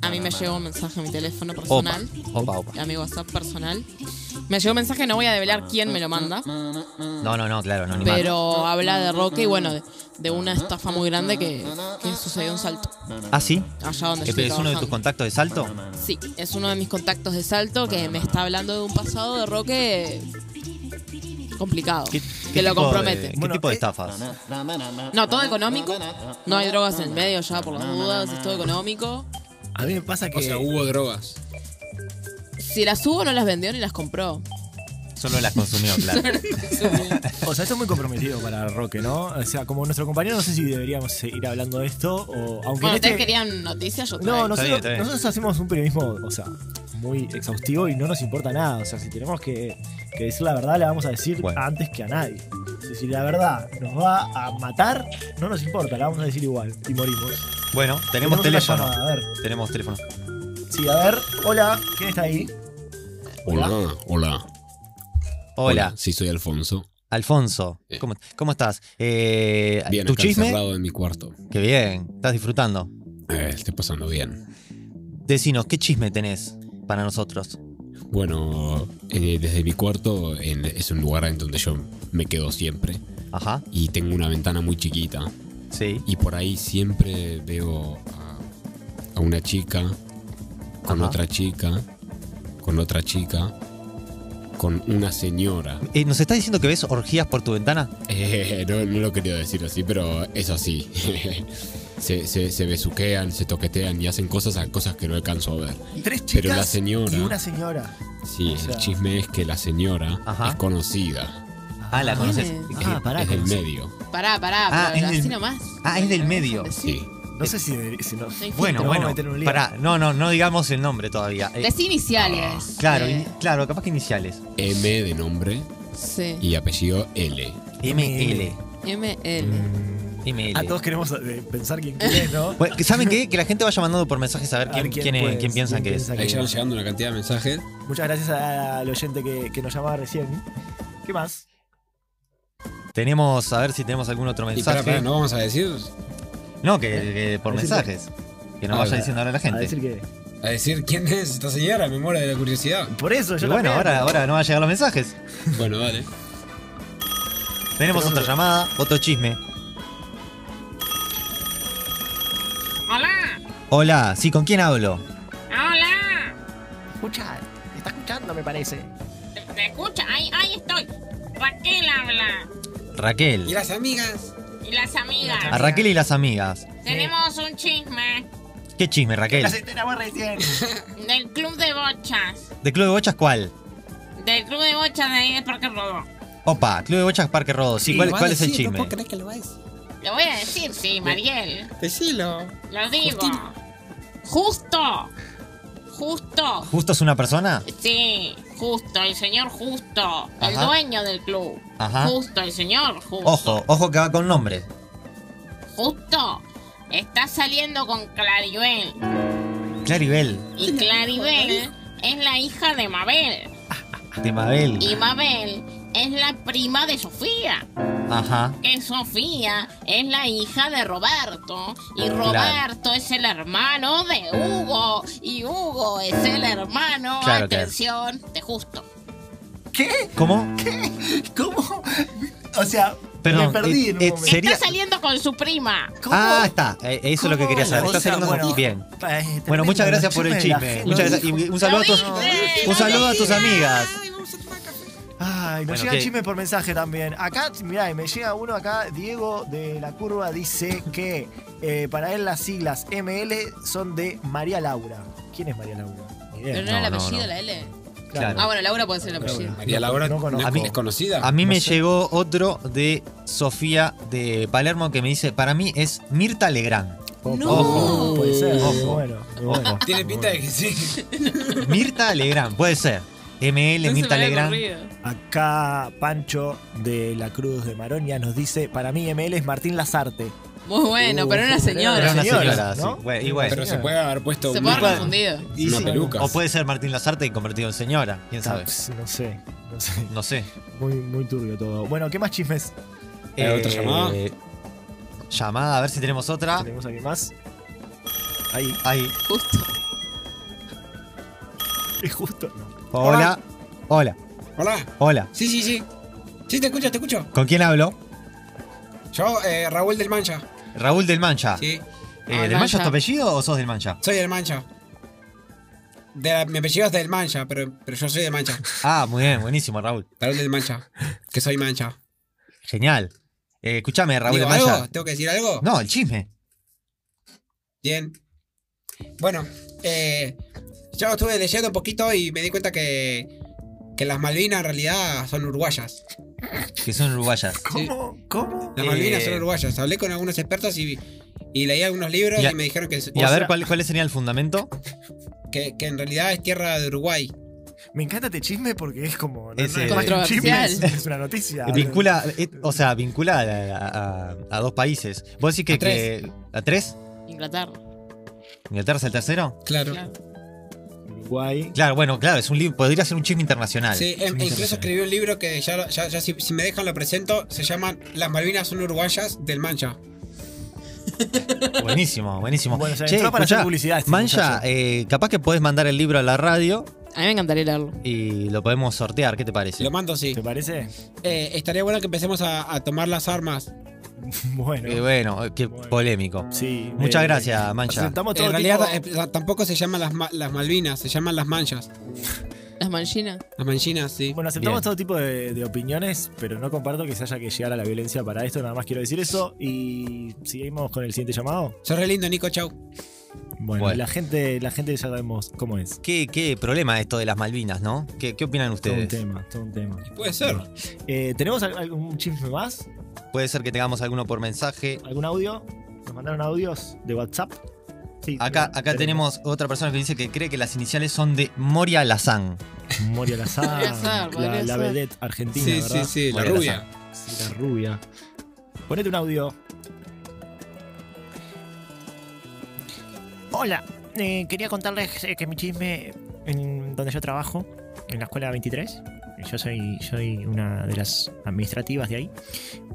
a mí me llegó un mensaje a mi teléfono
Opa,
personal,
opa, opa.
a mi WhatsApp personal. Me llegó un mensaje, no voy a develar quién me lo manda,
No, no, no, claro, no, ni mal.
pero habla de Roque y bueno, de, de una estafa muy grande que, que sucedió en Salto,
¿Ah, sí?
allá donde
Eh,
estoy
¿pero ¿Es uno de tus
trabajando.
contactos de salto?
Sí, es uno de mis contactos de Salto que me está hablando de un pasado de Roque complicado, que lo
tipo de-
compromete.
¿Qué tipo de estafas?
eh, No, todo económico. No hay drogas en el medio ya, por las dudas. Es todo económico.
A mí me pasa que.
O sea, hubo drogas.
Si las hubo, no las vendió ni las compró.
Solo las consumió, claro.
O sea, esto es muy comprometido para Roque, ¿no? O sea, como nuestro compañero, no sé si deberíamos seguir hablando de esto. O, aunque
Bueno,
en este-
ustedes querían noticias, yo
No,
traigo.
Está
nosotros,
bien, está bien.
nosotros hacemos un periodismo, o sea, muy exhaustivo y no nos importa nada. O sea, si tenemos que, que decir la verdad, la vamos a decir
Bueno.
antes que a nadie. O sea, Si la verdad nos va a matar, no nos importa, la vamos a decir igual y morimos.
Bueno, tenemos teléfono.
una llamada, a ver.
Tenemos teléfono.
Sí, a ver, hola, ¿quién está ahí?
Hola, hola.
Hola,
Sí, soy Alfonso.
Alfonso.
Bien.
¿Cómo, cómo estás? Eh,
Bien,
¿Tu
acá
chisme?
encerrado en mi cuarto.
Qué bien, estás disfrutando.
Eh, estoy pasando bien.
Decinos, ¿qué chisme tenés para nosotros?
Bueno, eh, desde mi cuarto en- es un lugar en donde yo me quedo siempre.
Ajá,
Y tengo una ventana muy chiquita.
sí.
Y por ahí siempre veo a, a una chica, con
Ajá.
otra chica, con otra chica, con una señora.
Eh, ¿Nos estás diciendo que ves orgías por tu ventana?
Eh, no, no lo quería decir así, pero es así. se, se, se besuquean, se toquetean y hacen cosas a cosas que no alcanzo a ver.
Tres chicas
Pero la señora.
y una señora.
Sí,
O sea-
el chisme es que la señora
Ajá.
es conocida.
Ah, la conoces.
es?
Ah, pará.
es del
conocí.
medio.
Pará, pará,
Ah,
pero
es
así
del-
nomás.
Ah, es del medio.
Sí.
No sé si, debería- si no-
hay
Bueno,
Nos vamos a
bueno.
meter en un lío.
Pará, no, no, no digamos el nombre todavía. Eh,
Las iniciales.
claro,
Eh,
in- claro, capaz que iniciales.
M de nombre
Sí.
y apellido L.
ML.
ML.
Ah,
ML.
todos queremos eh, pensar quién quién es, ¿no?
Bueno, ¿Saben qué? Que la gente vaya mandando por mensajes a ver
A
quién,
ver
quién, es-
puede-
quién piensan
quién
que es.
piensa
Ahí ya van
es.
llegando una cantidad de mensajes.
Muchas gracias al oyente que, que nos llamaba recién. ¿Qué más?
Tenemos, a ver si tenemos algún otro
Y para,
mensaje.
para,
no,
no vamos a decir.
que, que por
A decir
mensajes. Que nos
Ah,
vaya
verdad.
diciendo ahora la
A decir
gente.
que.
A decir quién es esta señora, me muero de la curiosidad.
Por eso,
Y
yo
bueno,
también.
ahora, ahora no van a llegar los mensajes.
Bueno, dale.
Tenemos otra llamada, otro chisme.
Hola,
Hola, sí, ¿con quién hablo?
hola.
Escucha, te está escuchando, me parece.
¿Te, te escucha? Ahí, ahí estoy. Raquel habla.
¿Y
Raquel.
las amigas?
Y las amigas.
A Raquel y las amigas.
Tenemos un chisme
¿Qué chisme, Raquel?
e-
La centena recién.
del club de bochas.
¿De Club de Bochas cuál?
Del club de bochas de ahí de Parque Rodó.
Opa, Club de Bochas Parque Rodó. Sí, ¿cuál,
Lo va a
cuál es el
decir,
chisme?
No puedo creer que lo va a decir.
Lo voy a decir, sí, Mariel.
Decilo.
Lo digo. Justo. Justo.
¿Justo es una persona?
Sí, justo, el señor justo. El
Ajá.
dueño del club.
Ajá.
Justo, el señor justo.
Ojo, ojo que va con nombre.
Justo. Está saliendo con Claribel.
Claribel,
Y Claribel es la hija de Mabel.
de Mabel.
Y Mabel es la prima de Sofía.
Ajá.
Que Sofía es la hija de Roberto. Y
Claro.
Roberto es el hermano de Hugo. Y Hugo es el
Claro,
hermano,
claro.
atención, de justo.
¿Qué?
¿Cómo?
¿Cómo? O sea,
Perdón,
me perdí
eh,
en un
eh,
momento.
sería-
Está saliendo con su prima.
¿Cómo?
Ah, está. Eh, Eso es lo que quería saber.
O
Está
sea,
saliendo
bueno,
bien.
eh, tremendo,
Bueno, muchas gracias por el
de la
chisme.
gente.
Muchas gracias. Y un saludo a tus, un saludo a tus amigas.
Ay, nos
Bueno,
llega
¿qué?
chisme por mensaje también. Acá, mirá, y me llega uno acá, Diego de la Curva dice que eh, para él las siglas ML son de María Laura. ¿Quién es María Laura? Ni idea.
Pero no,
No,
era el
no,
apellido,
no.
la L.
Claro.
Ah, bueno, Laura puede ser el apellido.
María Laura no
A mí-
es conocida.
A mí
No
me
sé.
llegó otro de Sofía de Palermo que me dice, para mí es Mirta Legrand.
No.
Ojo.
Puede ser.
Ojo.
muy bueno, muy bueno.
Tiene pinta de que sí.
Mirta Legrand, puede ser. ML
No se
Mirta
me
Legrand.
había ocurrido.
Acá Pancho de la Cruz de Maronia nos dice, para mí ML es Martín Lazarte. Uh,
Muy bueno,
Uh,
pero era una
Era
señora.
una
Señora,
señora,
¿no?
sí. Bueno, y bueno.
Pero se puede haber puesto
Se
un-
puede haber
una
confundido.
Y sí.
peluca.
O puede ser Martín Lazarte y convertido en señora, quién sabe.
Taps, No sé, no sé.
No sé. Eh,
Muy, muy turbio todo. Bueno, ¿qué más chismes
¿Hay otra llamada?
Llamada, a ver si tenemos otra.
tenemos aquí más? Ahí,
Ahí.
Justo.
es justo. No.
Hola. Hola.
Hola.
Hola.
Sí, sí, sí. Sí, te escucho, te escucho.
¿Con quién hablo?
Yo, eh, Raúl del Mancha.
Raúl del Mancha.
Sí,
Eh, ¿Del
Ah, Mancha.
Mancha es tu apellido o sos del Mancha?
soy del Mancha. De la- mi apellido es del Mancha, pero, pero yo soy del Mancha.
Ah, muy bien, buenísimo, Raúl.
Raúl del Mancha. Que soy Mancha.
Genial. Eh, escuchame, Raúl
¿Digo
del Mancha.
algo? ¿Tengo que decir algo?
No, el chisme.
Bien. Bueno, eh, yo estuve leyendo un poquito y me di cuenta que, que las Malvinas en realidad son uruguayas.
Que son uruguayas.
¿Cómo? ¿Cómo?
Las
Eh.
Malvinas son uruguayas. Hablé con algunos expertos y, y leí algunos libros
Y
y,
a-
me dijeron que,
Y a ver, ¿cuál, ¿cuál sería el fundamento?
que, que en realidad es tierra de Uruguay.
Me encanta este chisme porque es como. no-
Es,
no
eh,
un chisme, es,
Controversial.
es una noticia.
Vincula, eh, o sea, vincula a, a- a dos países. ¿Vos decís que
A tres.
que- a tres?
Inglaterra.
¿Inglaterra es el tercero?
Claro.
Claro.
Uruguay.
Claro, bueno, claro, es un li- podría ser un chisme internacional.
Sí, em-
Chisme
incluso
internacional.
escribí un libro que ya, lo- ya- ya si, si me dejan lo presento, se llama Las Malvinas son uruguayas del Mancha.
Buenísimo, buenísimo.
Bueno, se entró para hacer publicidad este
Mancha,
muchacho.
eh, capaz que podés mandar el libro a la radio
A mí me encantaría leerlo.
y lo podemos sortear, ¿qué te parece?
Lo mando, sí.
¿Te parece?
Eh, estaría bueno que empecemos a, a tomar las armas.
Bueno.
Eh, bueno, eh, qué
Bueno.
polémico.
sí.
Muchas
eh,
gracias, Mancha.
Presentamos todo
En realidad
tipo-
eh, tampoco se llaman las, ma- las Malvinas, se llaman las Manchas.
Las manchinas.
Las Manchinas, sí.
Bueno, aceptamos
Bien.
todo tipo de, de opiniones, pero no comparto que se haya que llegar a la violencia para esto. Nada más quiero decir eso. Y seguimos con el siguiente llamado.
Sos re lindo, Nico, chau.
Bueno,
Bueno.
La, gente, la gente ya sabemos cómo es.
¿Qué, qué problema esto de las Malvinas, ¿no? ¿Qué, qué opinan
Todo un
ustedes?
tema, todo un tema.
Puede ser.
Eh, ¿Tenemos al- algún chisme más?
Puede ser que tengamos alguno por mensaje.
¿Algún audio? ¿Nos mandaron audios de WhatsApp? Sí.
Acá, acá tenemos otra persona que dice que cree que las iniciales son de Moria Lazán.
Moria Lazar,
Podría
Ah,
ser,
la,
podría
la
ser.
vedette argentina,
Sí, sí,
¿verdad?
sí, la
Bueno,
rubia.
La rubia. Ponete un audio. Hola, eh, quería contarles eh, que mi chisme en donde yo trabajo, en la escuela 23, yo soy, soy una de las administrativas de ahí.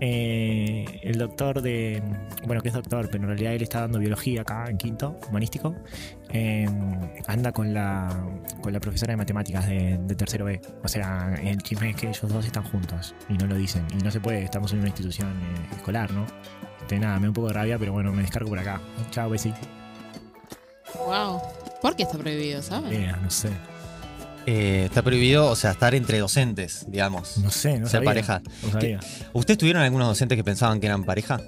eh, el doctor de. Bueno, que es doctor, pero en realidad él está dando biología acá en quinto, humanístico. eh, anda con la, con la profesora de matemáticas de, de tercero B. O sea, el chisme es que ellos dos están juntos y no lo dicen. Y no se puede, estamos en una institución eh, escolar, ¿no? Este, nada, me da un poco de rabia, pero bueno, me descargo por acá. Chao, besito.
Wow. ¿Por qué está prohibido, saben?
Eh, no sé,
Eh, está prohibido, o sea, estar entre docentes, digamos.
no sé, no
Ser
sabía.
pareja.
No sabía.
¿Ustedes tuvieron algunos docentes que pensaban que eran pareja?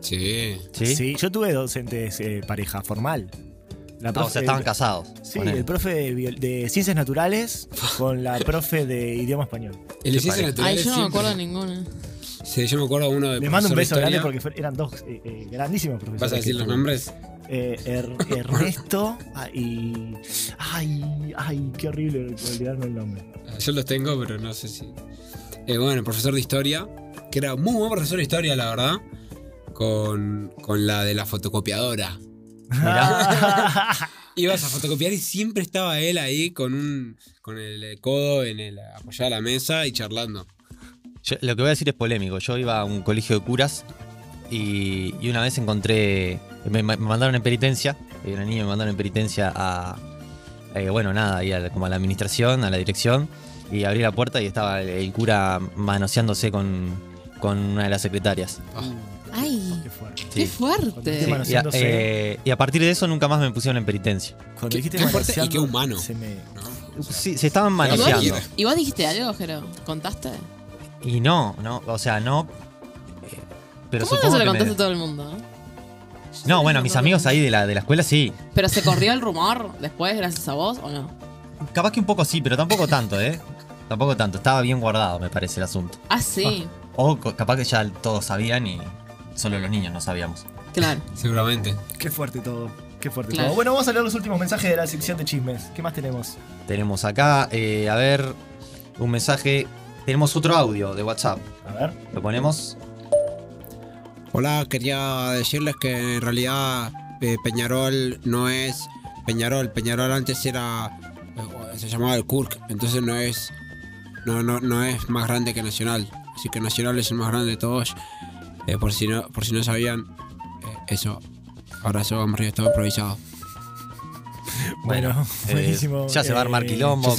Sí.
Sí.
Sí, yo tuve docentes eh, pareja formal. La
Ah, o sea, estaban
el-
casados.
Sí,
ponele.
el profe de, bio- de ciencias naturales con la profe de idioma español.
El
parece.
ciencias
Ay,
naturales
yo no me
siempre-
acuerdo de ninguna.
Sí, yo me acuerdo uno de
Les mando un beso
profesor de
grande porque
historia.
fue- eran dos eh, eh, grandísimos profesores.
¿Vas a decir
que
los
tuve.
nombres?
Eh, Er- Ernesto ah, y. Ay, ay, qué horrible olvidarme el nombre.
Yo los tengo, pero no sé si. Eh, bueno, profesor de historia, que era muy buen profesor de historia, la verdad. Con, con la de la fotocopiadora. Ibas a fotocopiar y siempre estaba él ahí con un con el eh, codo en el apoyado a la mesa y charlando.
Yo- lo que voy a decir es polémico. Yo iba a un colegio de curas y, y una vez encontré. Me, me mandaron en penitencia. y Una niña me mandaron en penitencia a. eh, bueno, nada, ahí a la- como a la administración, a la dirección. Y abrí la puerta y estaba el, el cura manoseándose con, con una de las secretarias.
Ay,
Qué fuerte.
qué
Sí. Sí,
Sí,
fuerte.
bueno.
y, a,
manoseándose.
eh, y a partir de eso nunca más me pusieron en penitencia.
Cuando
Qué-
dijiste
qué fuerte y
manoseando,
qué humano.
Se me...
¿no?
Sí, se estaban
Igual-
manoseando.
¿Y vos dijiste algo, Jero? ¿Contaste?
Y no, no, o sea, no. eh, Pero
¿Cómo no
supongo
se lo
que me-
contaste a todo el mundo?
No, bueno, a mis amigos ahí de la, de la escuela sí.
¿Pero se corrió el rumor después gracias a vos o no?
Capaz que un poco sí, pero tampoco tanto, ¿eh? Tampoco tanto. Estaba bien guardado, me parece, el asunto.
Ah, sí.
O co- capaz que ya todos sabían y solo los niños no sabíamos.
Claro.
Seguramente.
Qué fuerte todo. Qué fuerte
Claro.
todo. Bueno, vamos a leer los últimos mensajes de la sección de chismes. ¿Qué más tenemos?
Tenemos acá, eh, a ver, un mensaje. Tenemos otro audio de WhatsApp.
A ver.
Lo ponemos.
Hola, quería decirles que en realidad eh, Peñarol no es Peñarol. Peñarol antes era eh, se llamaba el Kurk, entonces no es no, no, no es más grande que Nacional. Así que Nacional es el más grande de todos. Eh, por si no por si no sabían eh, eso. Abrazo, vamos arriba, todo improvisado.
Bueno,
eh,
buenísimo.
ya se va a armar quilombo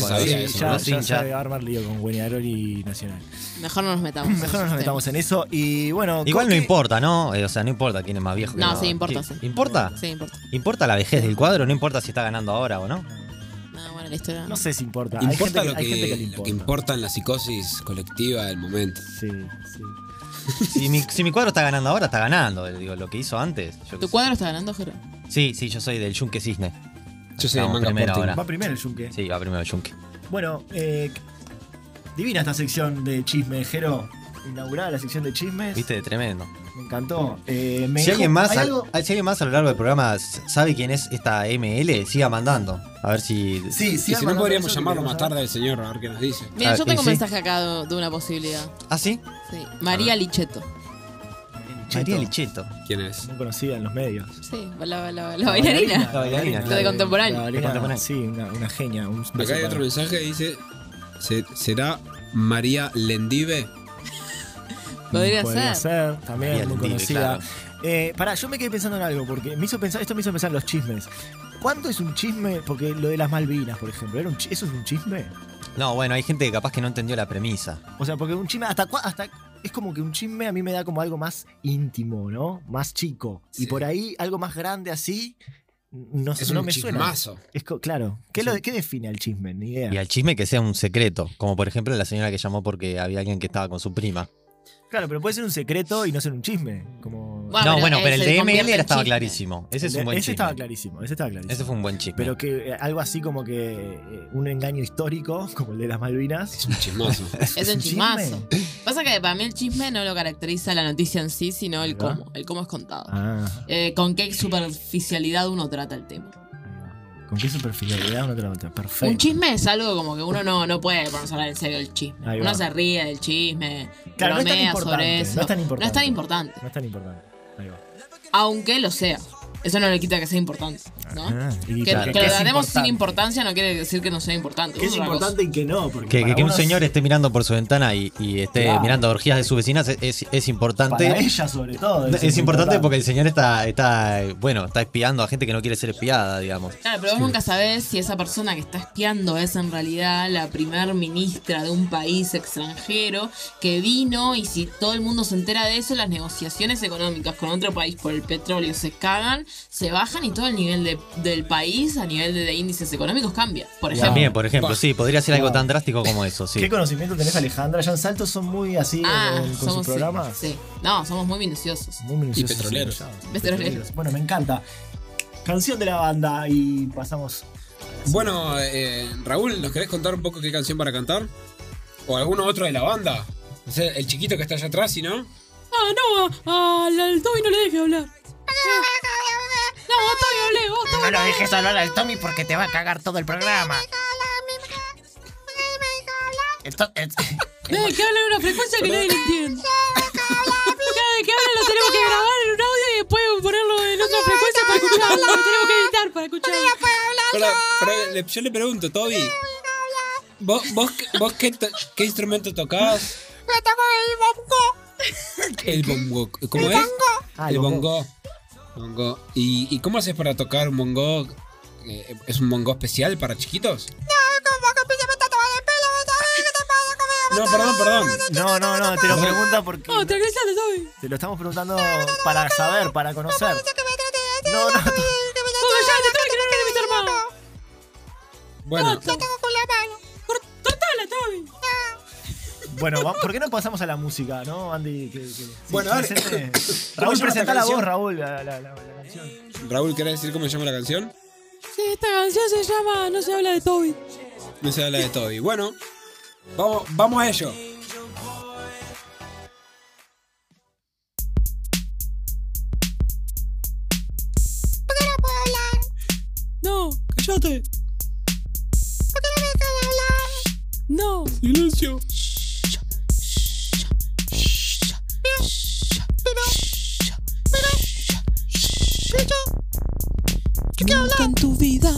con los-
Eh, ya se sabía
con
eso,
Ya,
los
ya
hinchas.
se va a armar lío con Guinearol y Nacional.
Mejor no nos metamos. en
Mejor no
esos
nos metamos en eso. Y bueno,
Igual no
Coque-
importa, ¿no? Eh, o sea, no importa quién es más viejo. que
No,
más-
sí, importa,
¿Qué-
sí.
¿Importa?
temas. Sí, importa.
¿Importa la vejez del cuadro? No importa si está ganando ahora o no.
No, Ah, bueno, la historia.
No sé si importa. Hay
Importa
gente
lo
que- hay gente que le
que, lo que importa en la psicosis colectiva del momento.
Sí, sí.
Si mi, si mi cuadro está ganando ahora, está ganando. Eh, Digo, lo que hizo antes. yo qué
¿Tu
sé.
cuadro está ganando, Jero?
Sí, sí, yo soy del Yunque Cisne.
Yo soy del
Vamos,
Manga
primera
Sporting.
hora.
Va primero el Yunque.
Sí, va primero el Yunque.
Bueno, eh, divina esta sección de chismes, Jero. Inaugurada la sección de chismes.
Viste, tremendo.
Me encantó. Eh, me
Si
dejó-
alguien, más,
¿hay
al- ah,
algo?
si alguien más a lo largo del programa s- sabe quién es esta ML, siga mandando. A ver si.
Sí, sí,
Y si no podríamos llamarlo más tarde al señor, a ver qué nos dice.
Mira,
Ah,
yo
y
tengo un
sí.
mensaje acá de, de una posibilidad.
¿Ah, sí?
Sí. María Licheto.
María
Cheto.
Licheto.
¿Quién es?
Muy conocida en los medios.
Sí, la, la- la- la bailarina.
La bailarina,
Lo de
claro.
contemporáneo.
La
De
bailarina,
contemporáneo.
sí, una, una genia. un-
Acá hay otro mensaje que dice: "Se- ¿Será María Lendive?
Podría ser.
también
María
muy
Lendive,
conocida.
claro.
Eh, pará, yo me quedé pensando en algo, porque me hizo pensar, esto me hizo pensar en los chismes. ¿Cuánto es un chisme? Porque lo de las Malvinas, por ejemplo, ¿era un chi- ¿eso es un chisme?
No, bueno, hay gente que capaz que no entendió la premisa.
O sea, porque un chisme, hasta, cua- hasta es como que un chisme a mí me da como algo más íntimo, ¿no? Más chico. Y
Sí.
por ahí algo más grande así, no,
Es
no
un
me suena.
chismazo.
Es co- claro. ¿Qué, lo, ¿Qué define al chisme? Ni idea.
Y al chisme que sea un secreto. Como por ejemplo la señora que llamó porque había alguien que estaba con su prima.
Claro, pero puede ser un secreto y no ser un chisme. Como...
Ah,
no,
pero
bueno,
ahí
pero el
se
de
convierte
ML
en
era estaba
chisme.
clarísimo. Ese es un buen
ese
chisme.
estaba clarísimo, ese estaba clarísimo.
Ese fue un buen chisme.
Pero que eh, algo así como que eh, un engaño histórico, como el de las Malvinas.
Es un chismazo.
Es un chismazo. Pasa que para mí el chisme no lo caracteriza la noticia en sí, sino el
Ahí va.
cómo. El cómo es contado.
Ah,
Eh, con qué superficialidad uno trata el tema.
¿con qué superficialidad uno te lo mata? Perfecto.
Un chisme es algo como que uno no, no puede ponerse a hablar en serio del chisme.
Ahí
uno
va.
se ríe del chisme,
Claro, no es tan
bromea sobre
importante,
eso.
no es tan importante.
No es tan importante,
No es tan importante. Ahí va.
aunque lo sea. Eso no le quita que sea importante, ¿no?
Ah, y
Que,
porque-
que
¿qué
lo
es
tratemos sin
importante?
importancia no quiere decir que no sea importante.
Que es
Otra cosa.
importante y que no. Porque
Que, que-
para
que un
unos-
señor esté mirando por su ventana y, y esté
Claro.
mirando orgías de sus vecinas es, es- es importante.
Para ella, sobre todo.
es, importante, porque el señor está, está, eh, bueno, está espiando a gente que no quiere ser espiada, digamos.
Claro, pero vos nunca sabés si esa persona que está espiando es en realidad la primer ministra de un país extranjero que vino y si todo el mundo se entera de eso, las negociaciones económicas con otro país por el petróleo se cagan, se bajan y todo el nivel de- del país a nivel de, de índices económicos cambia. Por ejemplo,
También, por ejemplo,
Bah.
sí, podría ser algo
Bah.
tan drástico como eso, sí.
¿Qué conocimiento tenés, Alejandra? Ya en Salto son muy así
ah,
eh, con
somos
sus programas.
Sí, no, somos muy minuciosos.
Muy minuciosos.
Y petroleros.
Petroleros.
Petroleros.
Bueno, me encanta. Canción de la banda y pasamos.
Bueno, eh, Raúl, ¿nos querés contar un poco qué canción para cantar? ¿O alguno otro de la banda? No sé, el chiquito que está allá atrás, si no?
Ah, no, ah, al, al Toby no le deje hablar. No, vos Toby no le, vos Toby.
No lo dejes hablar al Tommy porque te va a cagar todo el programa. Esto- es-
Deje Eh, que hable en una frecuencia que nadie le entiende. Cada vez que habla lo tenemos que grabar en un audio y después ponerlo en otra frecuencia para escucharlo. Lo tenemos que editar para escucharlo.
Pero, pero le- yo le pregunto, Toby. ¿Vos, vos, vos qué, to- qué instrumento tocás? El bongo. ¿Cómo es?
Ah,
el
los dos.
bongo. Bongo. ¿Y, y cómo haces para tocar un bongo? Eh, ¿Es un bongo especial para chiquitos? No, perdón, perdón.
No, no, no, te lo pregunta porque.
Oh, te agradeces, Toby.
Te lo estamos preguntando para saber, para conocer. No, no, to-
Vos callate, Toby, que no eres mi hermano.
Bueno,
Cortala, Toby.
Bueno, va- ¿por qué no pasamos a la música, no, Andy? Que- que- sí,
Bueno, dale.
presente. Raúl,
¿Cómo se llama esta
presenta la voz,
canción?
Raúl, la, la- la- la canción.
Raúl, ¿querés decir cómo se llama la canción?
Sí, esta canción se llama No se habla de Toby.
No se habla de Toby. Bueno, vamos, vamos a ello.
¿Por qué no puedo hablar? No, cállate. ¿Por qué no me dejan hablar? No. Silencio. Pero, pero, pero, pero yo quiero hablar. en tu vida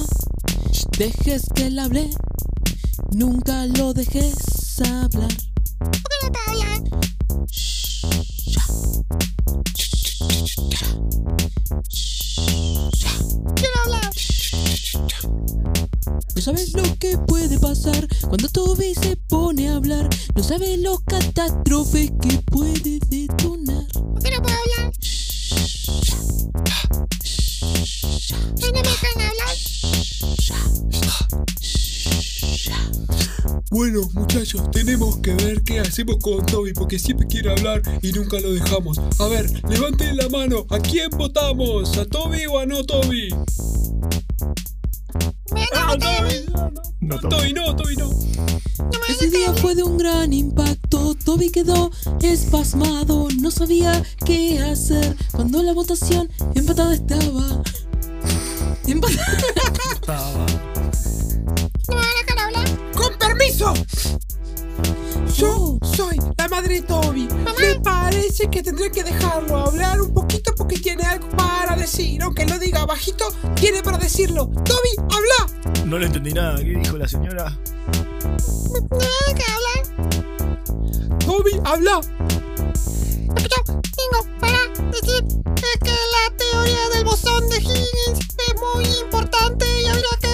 dejes que la hable. Nunca lo dejes hablar. ¿Por qué no puedo hablar? Quiero hablar. No sabes lo que puede pasar cuando Toby se pone a hablar. No sabes los catástrofes que puede detonar. ¿Por qué no puedo hablar? ¿No me dejan hablar?
Bueno, muchachos, tenemos que ver qué hacemos con Toby porque siempre quiere hablar y nunca lo dejamos. A ver, levanten la mano. ¿A quién votamos? ¿A Toby o a no Toby? Ah, Toby. No, Toby, no, Toby, no.
Ese día fue de un gran impacto. Toby quedó espasmado. No sabía qué hacer cuando la votación empatada estaba. Empatada.
¡Con permiso! Yo soy la madre de Toby. Me parece que tendré que dejarlo hablar un poquito porque tiene algo para decir. Aunque lo diga bajito, tiene para decirlo. Toby, habla.
No le entendí nada. ¿Qué dijo la señora?
Nada que hablar. Toby, habla. Yo tengo para decir eh, que la teoría del bosón de Higgins es muy importante y habría que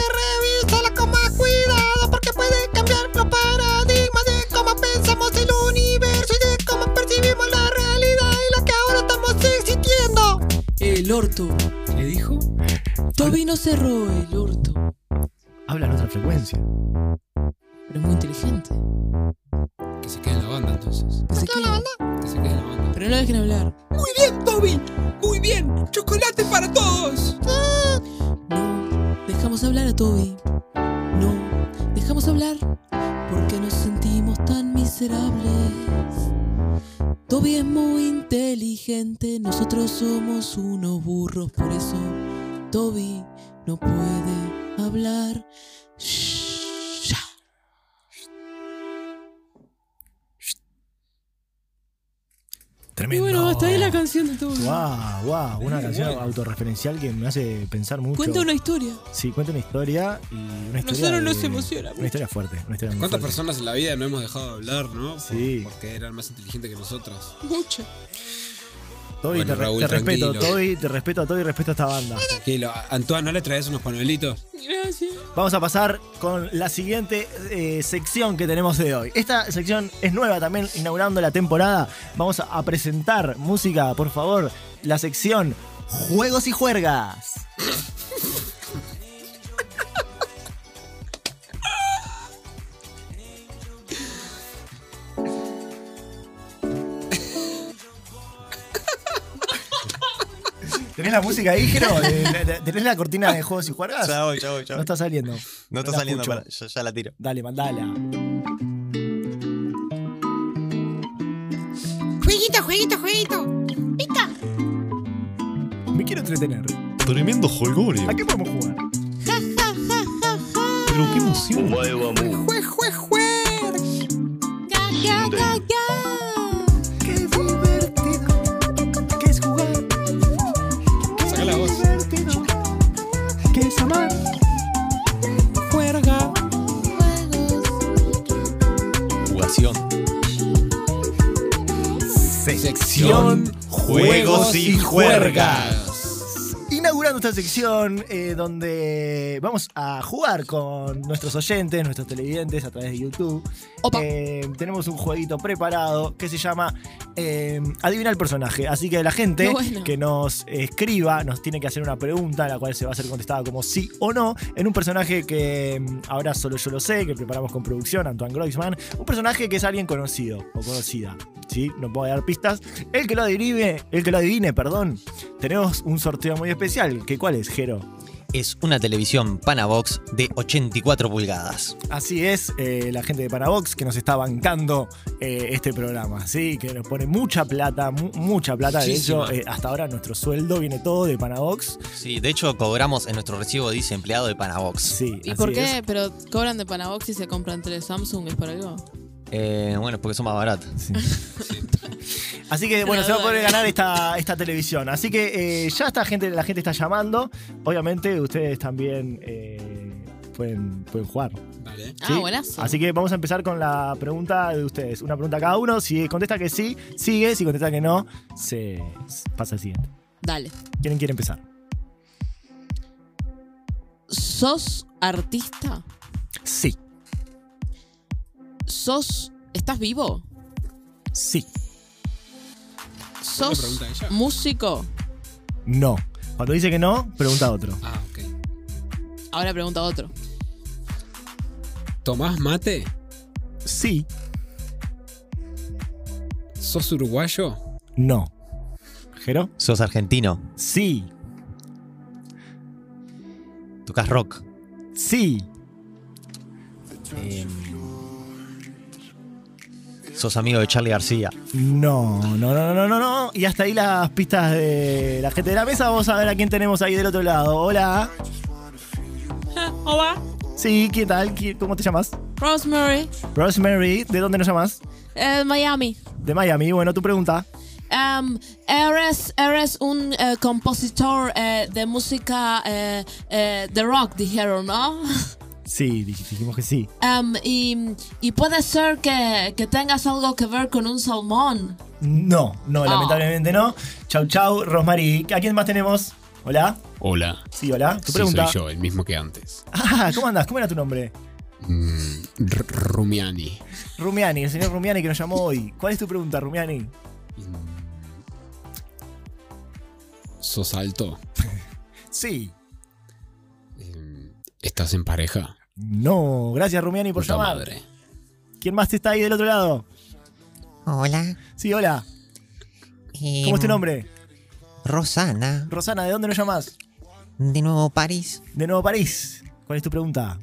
revisarla con más cuidado porque puede cambiar los paradigmas de cómo pensamos el universo y de cómo percibimos la realidad y la que ahora estamos existiendo.
El orto.
¿Le dijo?
Toby no cerró el orto.
Habla en otra frecuencia.
Pero es muy inteligente.
Que se quede en la banda entonces.
Que se quede.
Que se quede en la banda.
Pero no lo dejen hablar.
Muy bien, Toby. Muy bien. Chocolate para todos.
No, dejamos hablar a Toby. No, dejamos hablar porque nos sentimos tan miserables. Toby es muy inteligente, nosotros somos unos burros, por eso Toby no puede hablar. Shh, ya. Y
Tremendo.
bueno, hasta ahí la canción de Toby.
Wow, wow, una canción autorreferencial que me hace pensar mucho.
Cuenta una historia.
Sí, cuenta una historia y una historia.
Nosotros nos
de-
emocionamos.
Una historia fuerte, una historia muy
¿Cuántas
fuerte.
personas en la vida no hemos dejado de hablar, no? Por-
Sí.
Porque eran más inteligentes que nosotras.
Mucha.
Toby,
Bueno,
te, re-
Raúl,
te respeto,
tranquilo.
Toby, te respeto a Toby y respeto a esta banda.
Tranquilo. Antoine, ¿no le traes unos panuelitos?
Gracias.
Vamos a pasar con la siguiente eh, sección que tenemos de hoy. Esta sección es nueva también, inaugurando la temporada. Vamos a a presentar música, por favor, la sección Juegos y Juergas. ¿Tenés la música ahí, Jero? Eh, ¿Tenés la cortina de Juegos y Juergas?
Ya voy, ya voy, ya
No
voy.
está saliendo.
No está
la
saliendo,
escucho.
para, yo ya la tiro.
Dale, mandala.
Jueguito, jueguito, jueguito. Pica.
Me quiero entretener.
Tremendo jolgorio.
¿A qué podemos jugar?
Ja, ja, ja, ja, ja.
Pero qué emoción.
Jue, jue, jue. Ga, ga, ga, ga.
Qué divertido que es jugar.
Saca la voz.
divertido que es amar.
Juerga.
Jugación.
Sección
Juegos y
Juergas.
Inaugurando esta sección eh, donde vamos a jugar con nuestros oyentes, nuestros televidentes a través de YouTube.
Opa.
Eh, tenemos un jueguito preparado que se llama eh, Adivina el personaje. Así que la gente
Bueno.
que nos escriba nos tiene que hacer una pregunta, la cual se va a ser contestada como sí o no, en un personaje que mm, ahora solo yo lo sé, que preparamos con producción, Antoine Groisman. Un personaje que es alguien conocido o conocida. ¿sí? No puedo dar pistas. El que lo adivine, el que lo adivine, perdón, tenemos un sorteo muy especial. ¿Qué cuál es, Jero?
es una televisión Panabox de 84 pulgadas.
Así es, eh, la gente de Panabox que nos está bancando eh, este programa, ¿sí? que nos pone mucha plata, mu- mucha plata.
Muchísima.
De hecho, eh, hasta ahora nuestro sueldo viene todo de Panabox.
Sí, de hecho cobramos en nuestro recibo dice empleado de Panabox.
Sí,
¿Y por qué? Pero cobran de Panabox y se compran tres Samsung, ¿es por algo?
Eh, bueno, es porque son más baratas.
Así que bueno,
Una
se va a
duda.
poder ganar esta, esta televisión. Así que eh, ya esta gente, la gente está llamando. Obviamente ustedes también eh, pueden, pueden jugar.
Vale.
Ah, buenazo.
Así que vamos a empezar con la pregunta de ustedes. Una pregunta a cada uno. Si contesta que sí, sigue. Si contesta que no, se se pasa al siguiente.
Dale.
¿Quién quiere empezar?
¿Sos artista?
Sí.
¿Sos. ¿Estás vivo?
Sí.
¿Sos
pregunta ella?
músico?
No. Cuando dice que no, pregunta a otro.
Ahora pregunta otro.
¿Tomás mate?
Sí.
¿Sos uruguayo?
No. ¿Jero?
¿Sos argentino?
Sí.
¿Tocas rock?
Sí.
Em, ¿Sos amigo de Charlie García?
No, no, no, no, no, no. Y hasta ahí las pistas de la gente de la mesa. Vamos a ver a quién tenemos ahí del otro lado. Hola.
Hola,
Sí, ¿qué tal? ¿Qui- ¿Cómo te llamas?
Rosemary,
Rosemary, ¿de dónde nos llamas?
eh, Miami.
De Miami. Bueno, tu pregunta.
Em, eres, eres un eh, compositor eh, de música eh, eh, de rock, dijeron, ¿no?
Sí, dij- dijimos que sí.
Em, y, y puede ser que, que tengas algo que ver con un salmón.
No, no,
Ah.
lamentablemente no. Chau, chau, Rosemary. ¿A quién más tenemos? Hola.
Hola.
Sí, hola. Tu
Sí,
pregunta.
soy yo, eh. el mismo que antes.
Ah, ¿cómo andas? ¿Cómo era tu nombre?
Mm, R- Rumiani.
Rumiani, el señor Rumiani que nos llamó hoy. ¿Cuál es tu pregunta, Rumiani?
¿Sos alto?
Sí.
¿Estás en pareja?
No, gracias Rumiani por
Puta
llamar.
madre.
¿Quién más está ahí del otro lado?
Hola. Eh, mm.
Sí, hola. ¿Cómo es tu nombre?
Rosana,
Rosana, ¿de dónde nos llamas?
de nuevo París.
De Nuevo París. ¿Cuál es tu pregunta?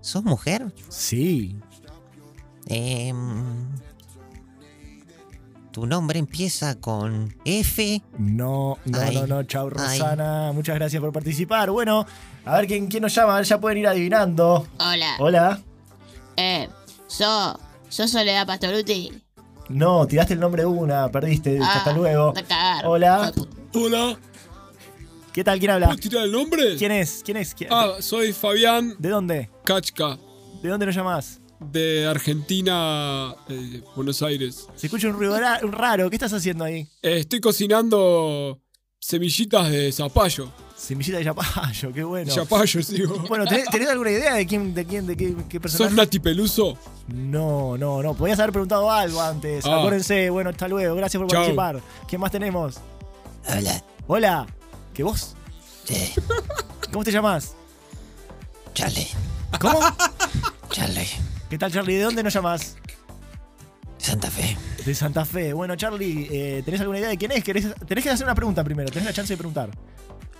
¿Sos mujer?
Sí.
Em, tu nombre empieza con F.
No, no,
Ay.
no, no. Chau,
Ay.
Rosana. Muchas gracias por participar. Bueno, a ver quién, quién nos llama. A ver, ya pueden ir adivinando.
Hola.
Hola.
Eh, yo, yo Soledad Pastoruti.
No, tiraste el nombre de una, perdiste.
Ah,
Hasta luego. Oh.
de cagar.
Hola.
Hola.
¿Qué tal? ¿Quién habla?
tirar el nombre?
¿Quién es? ¿Quién es? ¿Quién-
Ah, soy Fabián
¿De dónde?
Kachka,
¿De dónde nos llamás?
de Argentina, eh, Buenos Aires.
Se escucha un ruido ra- raro. ¿Qué estás haciendo ahí?
Eh, estoy cocinando semillitas de zapallo.
Semillita de Yapayo, qué bueno.
Zapallo, sí. vos.
Bueno, ¿tenés, tenés alguna idea de quién, de quién, de qué, qué personaje?
¿Sos Nati Peluso?
No, no, no. Podías haber preguntado algo antes.
Ah.
Acuérdense, bueno, hasta luego. Gracias por
Chau.
participar. ¿Qué más tenemos?
Hola.
Hola. ¿Qué vos? ¿Cómo te llamas?
Charlie.
¿Cómo?
Charlie.
¿Qué tal, Charlie? ¿De dónde nos llamas?
Santa Fe.
De Santa Fe. Bueno, Charlie, eh, ¿tenés alguna idea de quién es? ¿Querés- tenés que hacer una pregunta primero. Tenés la chance de preguntar.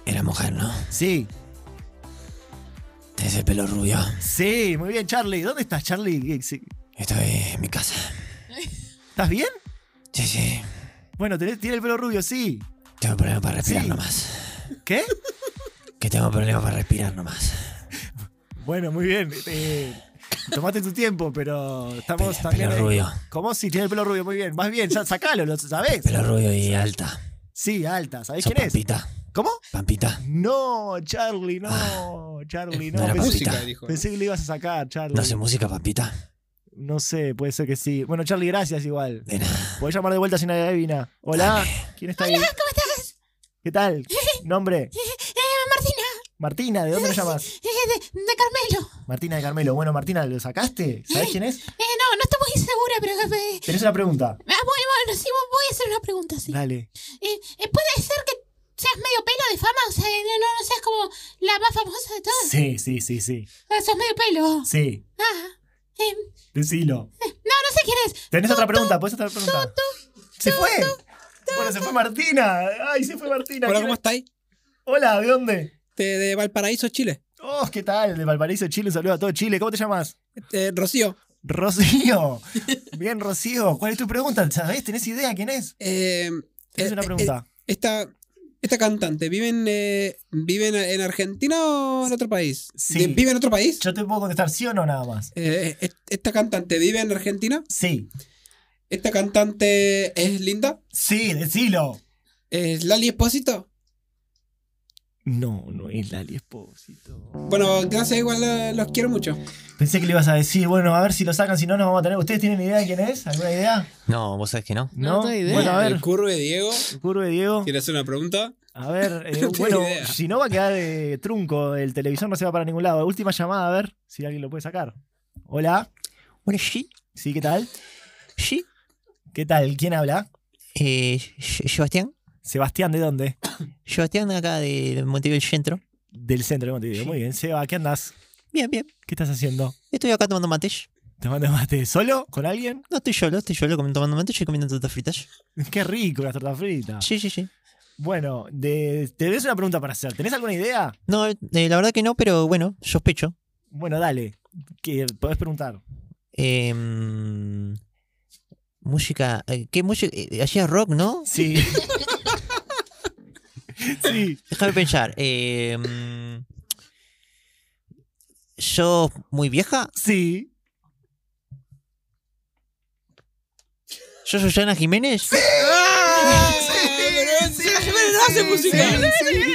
Era mujer, ¿no?
Sí.
Tenés el pelo rubio.
Sí, muy bien, Charlie. ¿Dónde estás, Charlie? ¿Qué- sí-
Estoy en mi casa.
¿Estás bien?
Sí, sí.
Bueno, tenés- tiene el pelo rubio, sí.
Tengo problemas para respirar
Sí.
nomás.
¿Qué?
Que tengo problemas para respirar nomás.
Bueno, muy bien. Eh, tomate tu tiempo, pero estamos también.
pelo
eh,
rubio.
¿Cómo? Sí, tiene el pelo rubio, muy bien. Más bien, ya, sacalo, ¿lo sabés?
Pelo rubio y alta.
Sí, alta. ¿Sabés
Sos
quién es?
Pampita.
¿Cómo?
Pampita. Ah,
No, Charlie, no. Charlie, no.
no era
pensé,
música, dijo.
pensé que le ibas a sacar, Charlie.
No sé música, Pampita.
No sé, puede ser que sí. Bueno, Charlie, gracias igual. Podés llamar de vuelta si nadie adivina. Hola, ¿quién está ahí?
¿Cómo estás?
¿Qué tal? ¿Nombre?
Eh, Martina.
Martina, ¿de dónde lo llamas?
Eh, de, de Carmelo.
Martina de Carmelo. Bueno, Martina, ¿lo sacaste? ¿Sabés quién es?
Eh, no, no estoy muy segura, pero... eh,
Tenés una pregunta.
ah, bueno, bueno, sí, voy a hacer una pregunta, sí.
Dale.
Eh, eh, ¿Puede ser que seas medio pelo de fama? O sea, eh, no, no seas como la más famosa de todas.
Sí, sí, sí, sí.
Ah, sos medio pelo.
Sí,
Ah, eh,
decilo.
no, no sé quién es.
¿Tenés otra pregunta? ¿Puedes otra pregunta? ¡Se fue! Bueno, se fue Martina. ¡Ay, se fue Martina!
Hola,
¿Quién
¿cómo
es?
estáis?
Hola, ¿de dónde?
de, de Valparaíso, Chile.
Oh, ¿qué tal? De Valparaíso, Chile. Un saludo a todo Chile. ¿Cómo te llamas?
Este, Rocío.
Rocío. Bien, Rocío. ¿Cuál es tu pregunta? ¿Sabés? ¿Tenés idea quién es?
Es
Tenés una pregunta.
Eh, esta, esta cantante, ¿vive en, eh, vive en, en Argentina o en otro país?
Sí.
¿Vive en otro país?
Yo te puedo contestar sí o no nada más.
Eh, est- ¿Esta cantante vive en Argentina?
Sí.
¿Esta cantante es linda?
Sí, decilo.
¿Es Lali Espósito?
No, no es Lali Espósito.
Bueno, gracias, igual eh, los quiero mucho.
Pensé que le ibas a decir, bueno, a ver si lo sacan, si no nos vamos a tener. ¿Ustedes tienen idea de quién es? ¿Alguna idea?
No, vos sabés que no.
No, tengo idea. Bueno, a ver.
El curve Diego.
Curve Diego.
¿Quieres hacer una pregunta?
A ver, eh,
No tengo
bueno,
idea.
si no va a quedar de trunco, el televisor no se va para ningún lado. Última llamada, a ver si alguien lo puede sacar. Hola.
Bueno, sí.
Sí, ¿qué tal?
Sí.
¿Qué tal? ¿Quién habla?
Eh, Se- Sebastián.
Sebastián, ¿de dónde?
Sebastián acá de Montevideo del Centro.
Del centro de Montevideo. Muy bien, Seba, ¿qué andás?
Bien, bien.
¿Qué estás haciendo?
Estoy acá tomando mates.
¿Te mando mate solo? ¿Con alguien?
No estoy solo, estoy solo comiendo- tomando mates y comiendo tortas fritas.
Qué rico las tortas fritas.
Sí, sí, sí.
Bueno, de, tenés una pregunta para hacer. ¿Tenés alguna idea?
No, eh, la verdad que no, pero bueno, sospecho.
Bueno, dale. Que podés preguntar.
Eh, mm, música. eh, ¿Qué música? Eh, Hacía rock, ¿no?
Sí. sí.
Déjame pensar. Eh, mm, ¿Sos muy vieja?
Sí.
¿Sos Susana Jiménez? ¡Sí!
Ah,
Adiviné,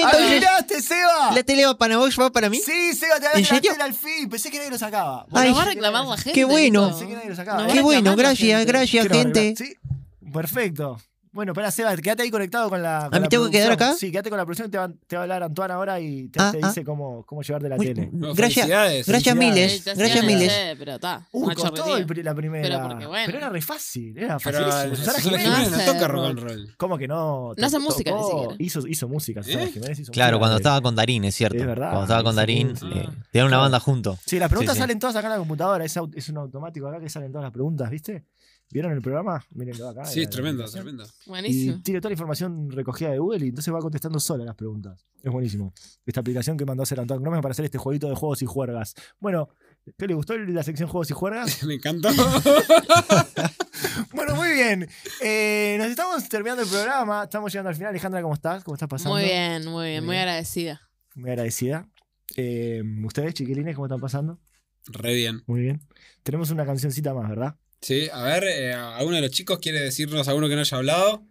entonces.
¡Adivinaste, Ah, Seba!
¿La tele va para vos, va para mí?
Sí, Seba, te
¿En
ganaste la
serio?
tela al fin. Pensé que nadie lo sacaba.
Ay,
Bueno,
va a
reclamar la
Qué bueno.
Pensé que nadie lo sacaba.
Qué
¿eh?
bueno, gracias, gracias,
Quiero
gente.
arreglar. Sí, perfecto. Bueno, espera, Seba, quédate ahí conectado con la. con
¿Ah, me
la
tengo que quedar
producción.
acá?
Sí, quédate con la producción. Te va, te va a hablar Antoine ahora y te,
Ah,
te
ah.
dice cómo, cómo llevarte la
Muy-
tele.
Bueno, gracias- felicidades. gracias miles,
Felicitaciones,
gracias miles.
eh, Pero está.
Uh,
una
costó
chorrería.
el pri- la primera.
Pero porque bueno.
Pero era re fácil, era
Pero
facilísimo.
el-
Susana
Susana
Jiménez
Jiménez no
no
toca
tocó-
rock and roll.
¿Cómo que no?
No hace música ni
Tocó-
siquiera.
Hizo, hizo música,
¿Eh?
Susana Jiménez hizo
Claro,
música.
cuando estaba con Darín, es cierto.
Es verdad,
Cuando estaba con
sí,
Darín,
sí.
eh, tenían una banda junto.
Sí, las preguntas
Sí, sí.
salen todas acá en la computadora. Es, au- es un automático acá que salen todas las preguntas, ¿viste? ¿Vieron el programa? Mírenlo acá. en
Sí, es
la-
tremendo,
en la-
tremendo.
Y tiene toda la información recogida de Google y entonces va contestando sola las preguntas. Es buenísimo. Esta aplicación que mandó a hacer Antoine Gromes para hacer este jueguito de juegos y juergas. Bueno, ¿qué le gustó la sección juegos y juergas?
Me encantó.
bueno, muy bien. Eh, nos estamos terminando el programa. Estamos llegando al final. Alejandra, ¿cómo estás? ¿Cómo estás pasando?
Muy bien, muy bien, muy
bien.
agradecida.
Muy agradecida. Eh, ¿Ustedes, chiquilines, cómo están pasando?
Re bien.
Muy bien. Tenemos una cancioncita más, ¿verdad?
Sí, a ver, eh, a uno de los chicos quiere decirnos a uno que no haya hablado.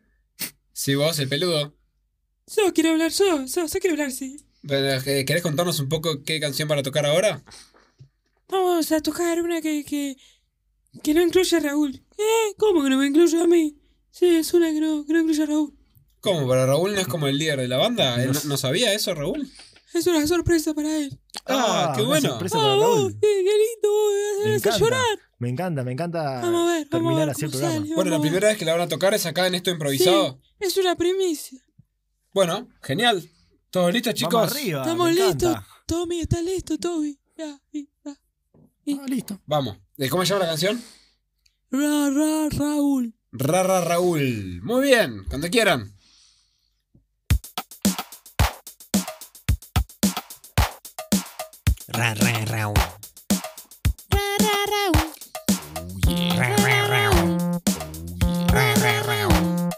Sí, vos, el peludo.
Yo quiero hablar, yo, yo, yo quiero hablar, sí.
Pero, eh, ¿Querés contarnos un poco qué canción para tocar ahora?
Vamos a tocar una que, que, que no incluye a Raúl. ¿Eh? ¿Cómo que no me incluye a mí? Sí, es una que no, que no incluye a Raúl.
¿Cómo? ¿Pero Raúl no es como el líder de la banda? ¿Él no, no sabía eso, Raúl?
Es una sorpresa para él.
Ah, qué
una
bueno.
sorpresa para Raúl.
¡Qué, qué lindo! voy
Me
a hacer
encanta,
llorar!
me encanta, me encanta
Vamos a ver, vamos
terminar
a ver
así el
cómo
programa.
sale,
Bueno, la primera vez que la van a tocar es acá en esto improvisado.
Es una premisa.
Bueno, genial. ¿Todos listos, chicos?
Estamos listos. Tommy, está listo, Toby. Ya, y- ya.
Ah, listo.
Vamos. ¿Eh, ¿Cómo se llama la canción?
Ra, ra, Raúl.
Rara Raúl. Muy bien, cuando quieran.
Ra, ra,
uh.
Raúl. Ra, ra, Raúl.
uh.
Ra, ra, Raúl. Ra, ra, Raúl.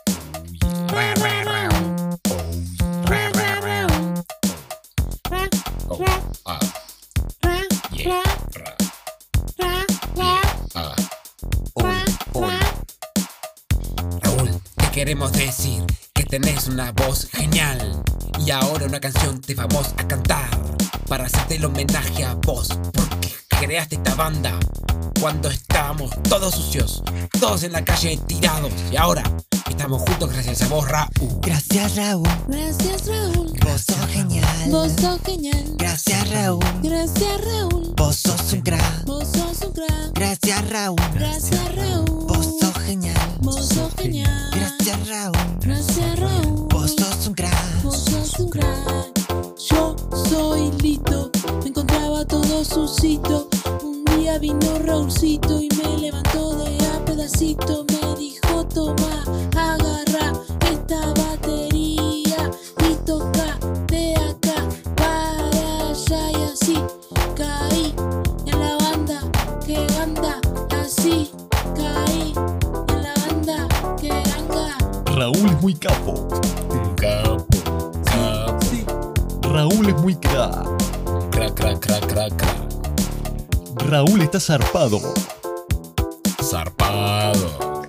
Ra, ra, Raúl.
Ah,
Yeah.
ah.
Raúl, te queremos decir que tenés una voz genial. Y ahora una canción te vamos a cantar para hacerte el homenaje a vos, porque creaste esta banda cuando estábamos todos sucios, todos en la calle tirados. Y ahora estamos juntos gracias a vos, Raúl.
Gracias, Raúl.
Gracias, Raúl.
Vos sos genial.
Vos sos genial.
Gracias, Raúl.
Gracias, Raúl.
Vos sos un crack.
Vos sos un crack.
Gracias, Raúl.
Gracias, Raúl.
Vos sos genial.
Vos sos genial.
Gracias, Raúl.
Gracias, Raúl.
Vos sos un crack.
Vos sos un crack. Yo soy Lito. Me encontraba todo sucito. Un día vino Raulcito y me levantó de a pedacito. Me dijo, toma, agarra esta batería y toca de acá
Raúl es muy capo. Capo, capo. Raúl es muy crack. Crack, crack, crack, crack, Raúl está zarpado. Zarpado.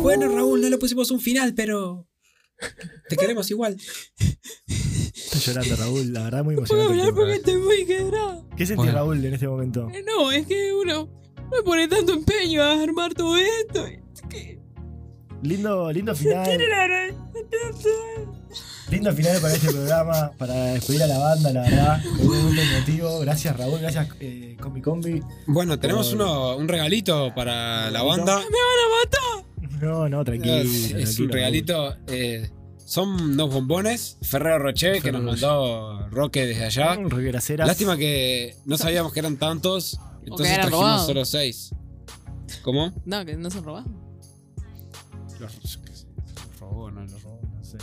Bueno, Raúl, no le pusimos un final, pero. Te queremos igual.
Está llorando Raúl, la verdad muy
Puedo
emocionante.
hablar porque estoy muy quebrado.
¿Qué sentís
Bueno.
Raúl en este momento?
Eh, No, es que uno no pone tanto empeño a armar todo esto.
Lindo, lindo
Tiene
final,
la gran-
lindo final para este programa, para despedir a la banda, la verdad. Fue muy emotivo. Gracias Raúl, gracias eh, Combi Combi.
Bueno, tenemos uno, un regalito para la banda.
No, no, tranquilo.
Es, es un
tranquilo,
regalito. eh, son unos bombones. Ferrero Rocher, que nos
Ferrero
mandó Roque desde allá.
Raúl. Riveras
Lástima que no sabíamos que eran tantos. Entonces
eran
trajimos
robados.
solo seis. ¿Cómo?
No, que no se robado.
Los robó, no los robó, no sé.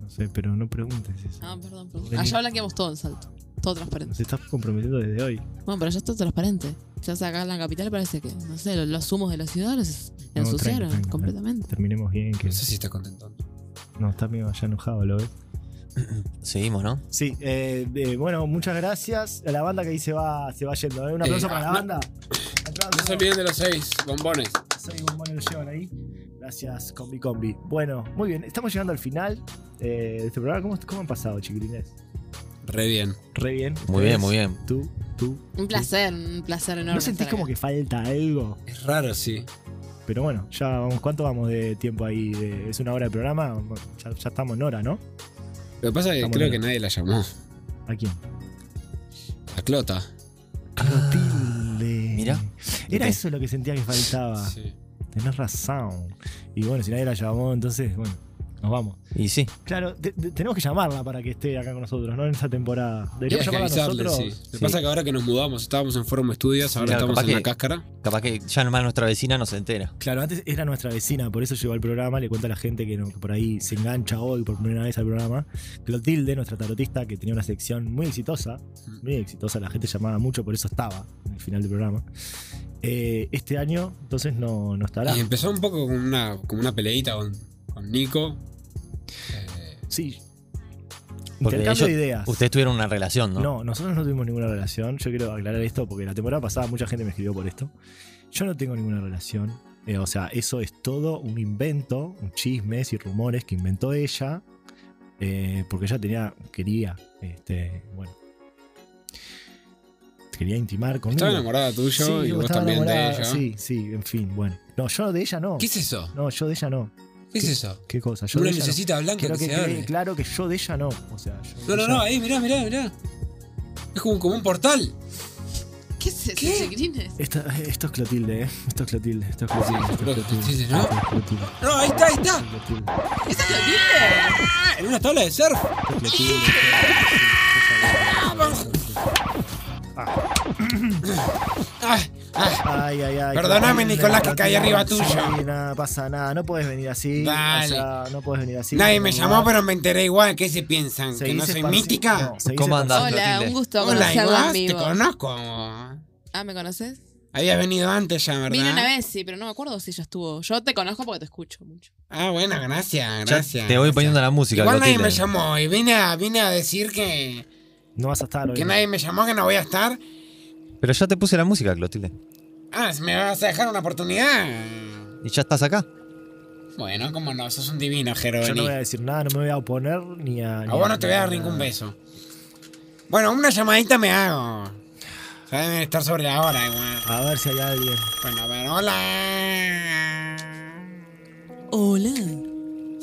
No sé, pero no preguntes eso.
Ah, perdón, perdón.
Vení.
Allá blanqueamos todo en salto. Todo transparente.
Nos estás comprometiendo desde hoy.
Bueno, pero allá está transparente. Ya se acá en la capital parece que, no sé, los, los humos de la ciudad los
No,
ensuciaron
tranqui, tranqui,
completamente.
Terminemos bien. Que... No sé
si está contento.
No, está medio ya enojado, ¿lo ves?
Seguimos, ¿no?
Sí, eh, eh, bueno, muchas gracias a la banda que ahí se va, se va yendo. ¿eh? Un aplauso
Eh,
para la
no-
banda.
No se olviden de los seis bombones.
Soy bombón lo llevan ahí. Gracias, Combi Combi. Bueno, muy bien, estamos llegando al final eh, de este programa. ¿Cómo, cómo han pasado, chiquilines?
Re bien.
Re bien.
Muy bien, muy bien.
Tú, tú.
Un placer, un placer enorme.
¿No sentís
estar
como
acá.
que falta algo?
Es raro, sí.
Pero bueno, ya vamos, ¿cuánto vamos de tiempo ahí? De- ¿Es una hora de programa? Ya, ya estamos en hora, ¿no?
Lo que pasa es que
Estamos
creo
bien.
que nadie la llamó.
¿A quién?
A Clota.
Clotilde.
Mirá.
Era
Ok.
eso lo que sentía que faltaba. Tenés razón. Y bueno, si nadie la llamó, entonces, bueno, nos vamos.
Y sí.
Claro, te- te- tenemos que llamarla para que esté acá con nosotros, ¿no? En esta temporada.
Y hay
Deberíamos
que
llamarla
avisarle,
nosotros.
sí. Lo que pasa es que ahora que nos mudamos, estábamos en Forum Studios, ahora
Claro,
estamos
capaz
en la
que-
cáscara.
Capaz que ya nomás nuestra vecina no se entera.
Claro, antes era nuestra vecina, por eso llegó al programa, le cuenta a la gente que, no- que por ahí se engancha hoy por primera vez al programa. Clotilde, nuestra tarotista, que tenía una sección muy exitosa, muy exitosa, la gente llamaba mucho, por eso estaba en el final del programa. Eh, este año, entonces, no, no estará.
Y empezó un poco con una, como una peleita con, con Nico. Eh,
Sí.
Porque
Intercambio de
ellos-
ideas.
Ustedes tuvieron una relación, ¿no?
¿no? nosotros no tuvimos ninguna relación. Yo quiero aclarar esto porque la temporada pasada mucha gente me escribió por esto. Yo no tengo ninguna relación. Eh, o sea, eso es todo un invento, un chismes y rumores que inventó ella. eh, porque ella tenía, quería, este, bueno. Quería intimar conmigo.
Estaba enamorada tuyo y
yo
vos
estaba
también de
enamorada,
ella.
Sí, sí, en fin, bueno. No, yo de ella no.
¿Qué es eso?
No, yo de ella no.
¿Qué es eso?
¿Qué cosa? Yo
Una
de ella no.
lucecita blanca
Creo
que se
quede
abre.
Claro que yo de ella no. O sea, yo
No,
de
no,
ella-
no, ahí, mirá, mirá, mirá. Es como, como un portal.
¿Qué es eso, chiquilines?
Esto, esto es Clotilde, ¿eh? Esto es Clotilde, esto es Clotilde. Esto es
Clotilde,
¿no? Esto es Clotilde.
No, ahí está, ahí está.
¿Esa es la vida?
Ah, En una tabla de surf.
Ay, ay, ay.
Perdóname,
Clotilde,
Nicolás, que caí
Clotilde,
arriba
sí,
tuyo.
nada, pasa nada, no puedes venir así.
Dale.
O sea, no puedes venir así.
Nadie me
no,
llamó,
no.
pero me enteré igual. ¿Qué se piensan? ¿Que
Seguís
no soy
esparci-
mítica?
no, seguís ¿Cómo esparci- andás,
Hola, un gusto
Hola,
conocerla
igual,
en
te
vivo.
conozco.
Ah, ¿me conoces?
Había venido antes ya, ¿verdad?
Vine una vez, sí, pero no me acuerdo si ella estuvo. Yo te conozco porque te escucho mucho.
Ah, bueno, gracias,
Ya
gracias.
te voy poniendo la música.
Igual nadie me
Clotilde.
llamó y vine a, vine a decir que,
No vas a estar hoy.
que nadie me llamó, que no voy a estar.
Pero ya te puse la música, Clotilde.
Ah, ¿me vas a dejar una oportunidad?
Y ya estás acá.
Bueno, como no, sos un divino,
Yo
Jeroni.
no voy a decir nada, no me voy a oponer ni a. ni
A vos no Ah, te voy a dar
nada.
ningún beso. Bueno, una llamadita me hago. Ya deben estar sobre la hora, igual.
A ver si hay alguien.
Bueno, a ver, hola.
Hola,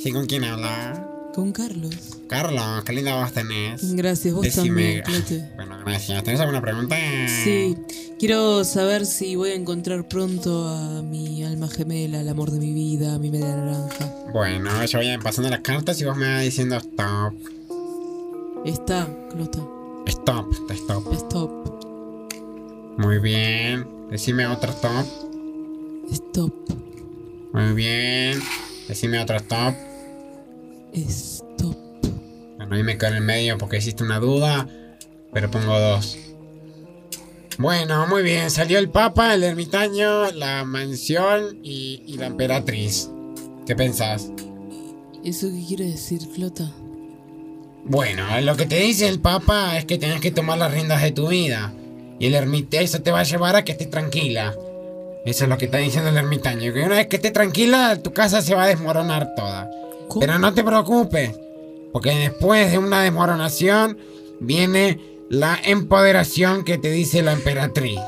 Sí, ¿con quién habla?
con Carlos.
Carlos, qué linda voz tenés.
Gracias, vos
Decime-
también, Clote.
Bueno, gracias. ¿Tenés alguna pregunta?
Sí, quiero saber si voy a encontrar pronto a mi alma gemela, el amor de mi vida, a mi media naranja.
Bueno, yo voy pasando las cartas y vos me vas diciendo stop,
Está, Clota.
stop, stop.
Stop,
Muy bien. Decime otro stop.
stop,
Muy bien. Decime otro stop.
stop.
Ah,
Bueno, ahí me quedo en el medio porque hiciste una duda, pero pongo dos.
Bueno, muy bien. Salió el Papa, el ermitaño, la mansión y, y la emperatriz. ¿Qué pensás?
¿Eso qué quiere decir, Clota?
Bueno, lo que te dice el Papa es que tenés que tomar las riendas de tu vida. Y el ermitaño eso te va a llevar a que estés tranquila. Eso es lo que está diciendo el ermitaño. Que una vez que estés tranquila, tu casa se va a desmoronar toda. Pero no te preocupes. Porque después de una desmoronación viene la empoderación que te dice la emperatriz.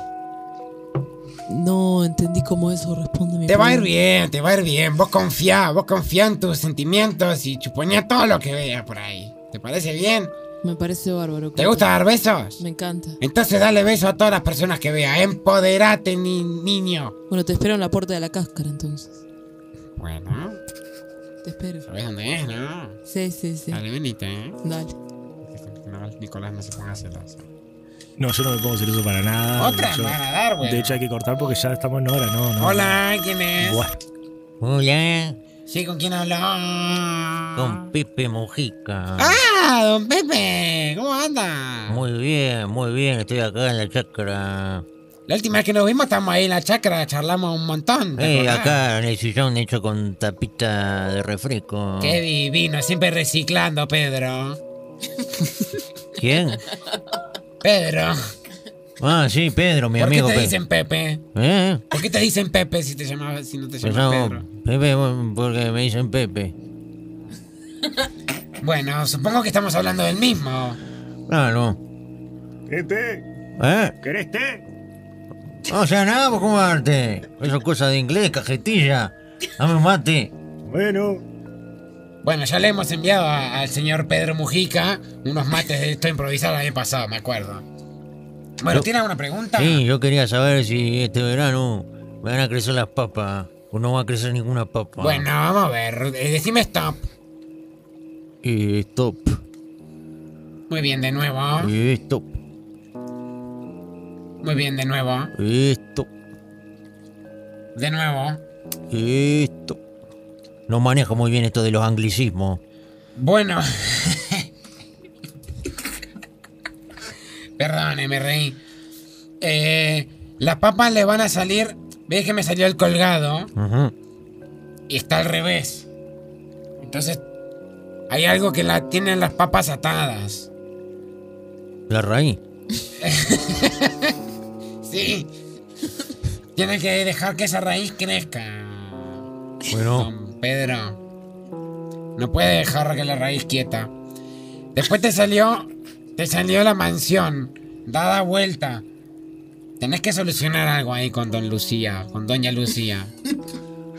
No entendí cómo eso responde mi
Te va a ir
pregunta.
bien, te va a ir bien. Vos confiá, vos confiá en tus sentimientos y chuponía todo lo que veas por ahí. ¿Te parece bien?
Me parece bárbaro.
¿Te
Clota.
gusta dar besos?
Me encanta.
Entonces dale beso a todas las personas que veas. Empoderate, ni- niño.
Bueno, te espero en la puerta de la cáscara entonces.
Bueno,
Te espero.
¿sabés dónde es, no?
Sí, sí, sí.
Dale, venite, ¿eh?
Dale.
No, Nicolás no se ponga celoso.
No, yo no me pongo celoso para nada.
Otra
Yo-
me van a dar, bueno.
De hecho, hay que cortar porque ya estamos en hora, no, no.
Hola, ¿quién es?
Buah.
Hola,
Sí, ¿con quién habló?
don Pepe Mojica.
¡Ah, don Pepe! ¿Cómo anda?
Muy bien, muy bien, estoy acá en la chacra.
La última vez que nos vimos estábamos ahí en la chacra, charlamos un montón. ¿te
Eh,
acordás?
acá en el sillón hecho con tapita de refresco.
Qué divino, siempre reciclando, Pedro.
¿Quién?
Pedro,
Ah, sí, Pedro, mi
¿por qué
amigo.
te
Pe-
dicen Pepe?
¿Eh?
¿Por qué te dicen Pepe si te llamabas, si no te
Pues
llamas
no,
Pedro?
Pepe, bueno, porque me dicen Pepe.
Bueno, supongo que estamos hablando del mismo.
Ah, no. ¿Eh?
¿Querés té?
No, o sea, nada, pues, ¿cómo va a darte? Eso es cosa de inglés, cajetilla. Dame un mate.
Bueno. Bueno, ya le hemos enviado a- al señor Pedro Mujica unos mates de esto improvisado el año pasado, me acuerdo. Bueno,
Yo-
¿tiene alguna pregunta?
Sí, yo quería saber si este verano me van a crecer las papas o no va a crecer ninguna papa.
Bueno, vamos a ver. eh, Decime stop.
Y stop,
Muy bien, de nuevo.
y stop,
Muy bien, de nuevo.
y stop,
De nuevo.
y stop. No manejo muy bien esto de los anglicismos.
Bueno. Perdone, me reí. Eh, las papas le van a salir. ¿Ves que me salió el colgado?
Ujú.
Y está al revés. Entonces, hay algo que la tienen las papas atadas.
La raíz.
Sí. Tienen que dejar que esa raíz crezca,
Bueno,
Pedro. No puede
Eh,
dejar que la raíz quieta. Después te salió. Te salió la mansión. Dada vuelta. Tenés que solucionar algo ahí con Don Lucía, con Doña Lucía.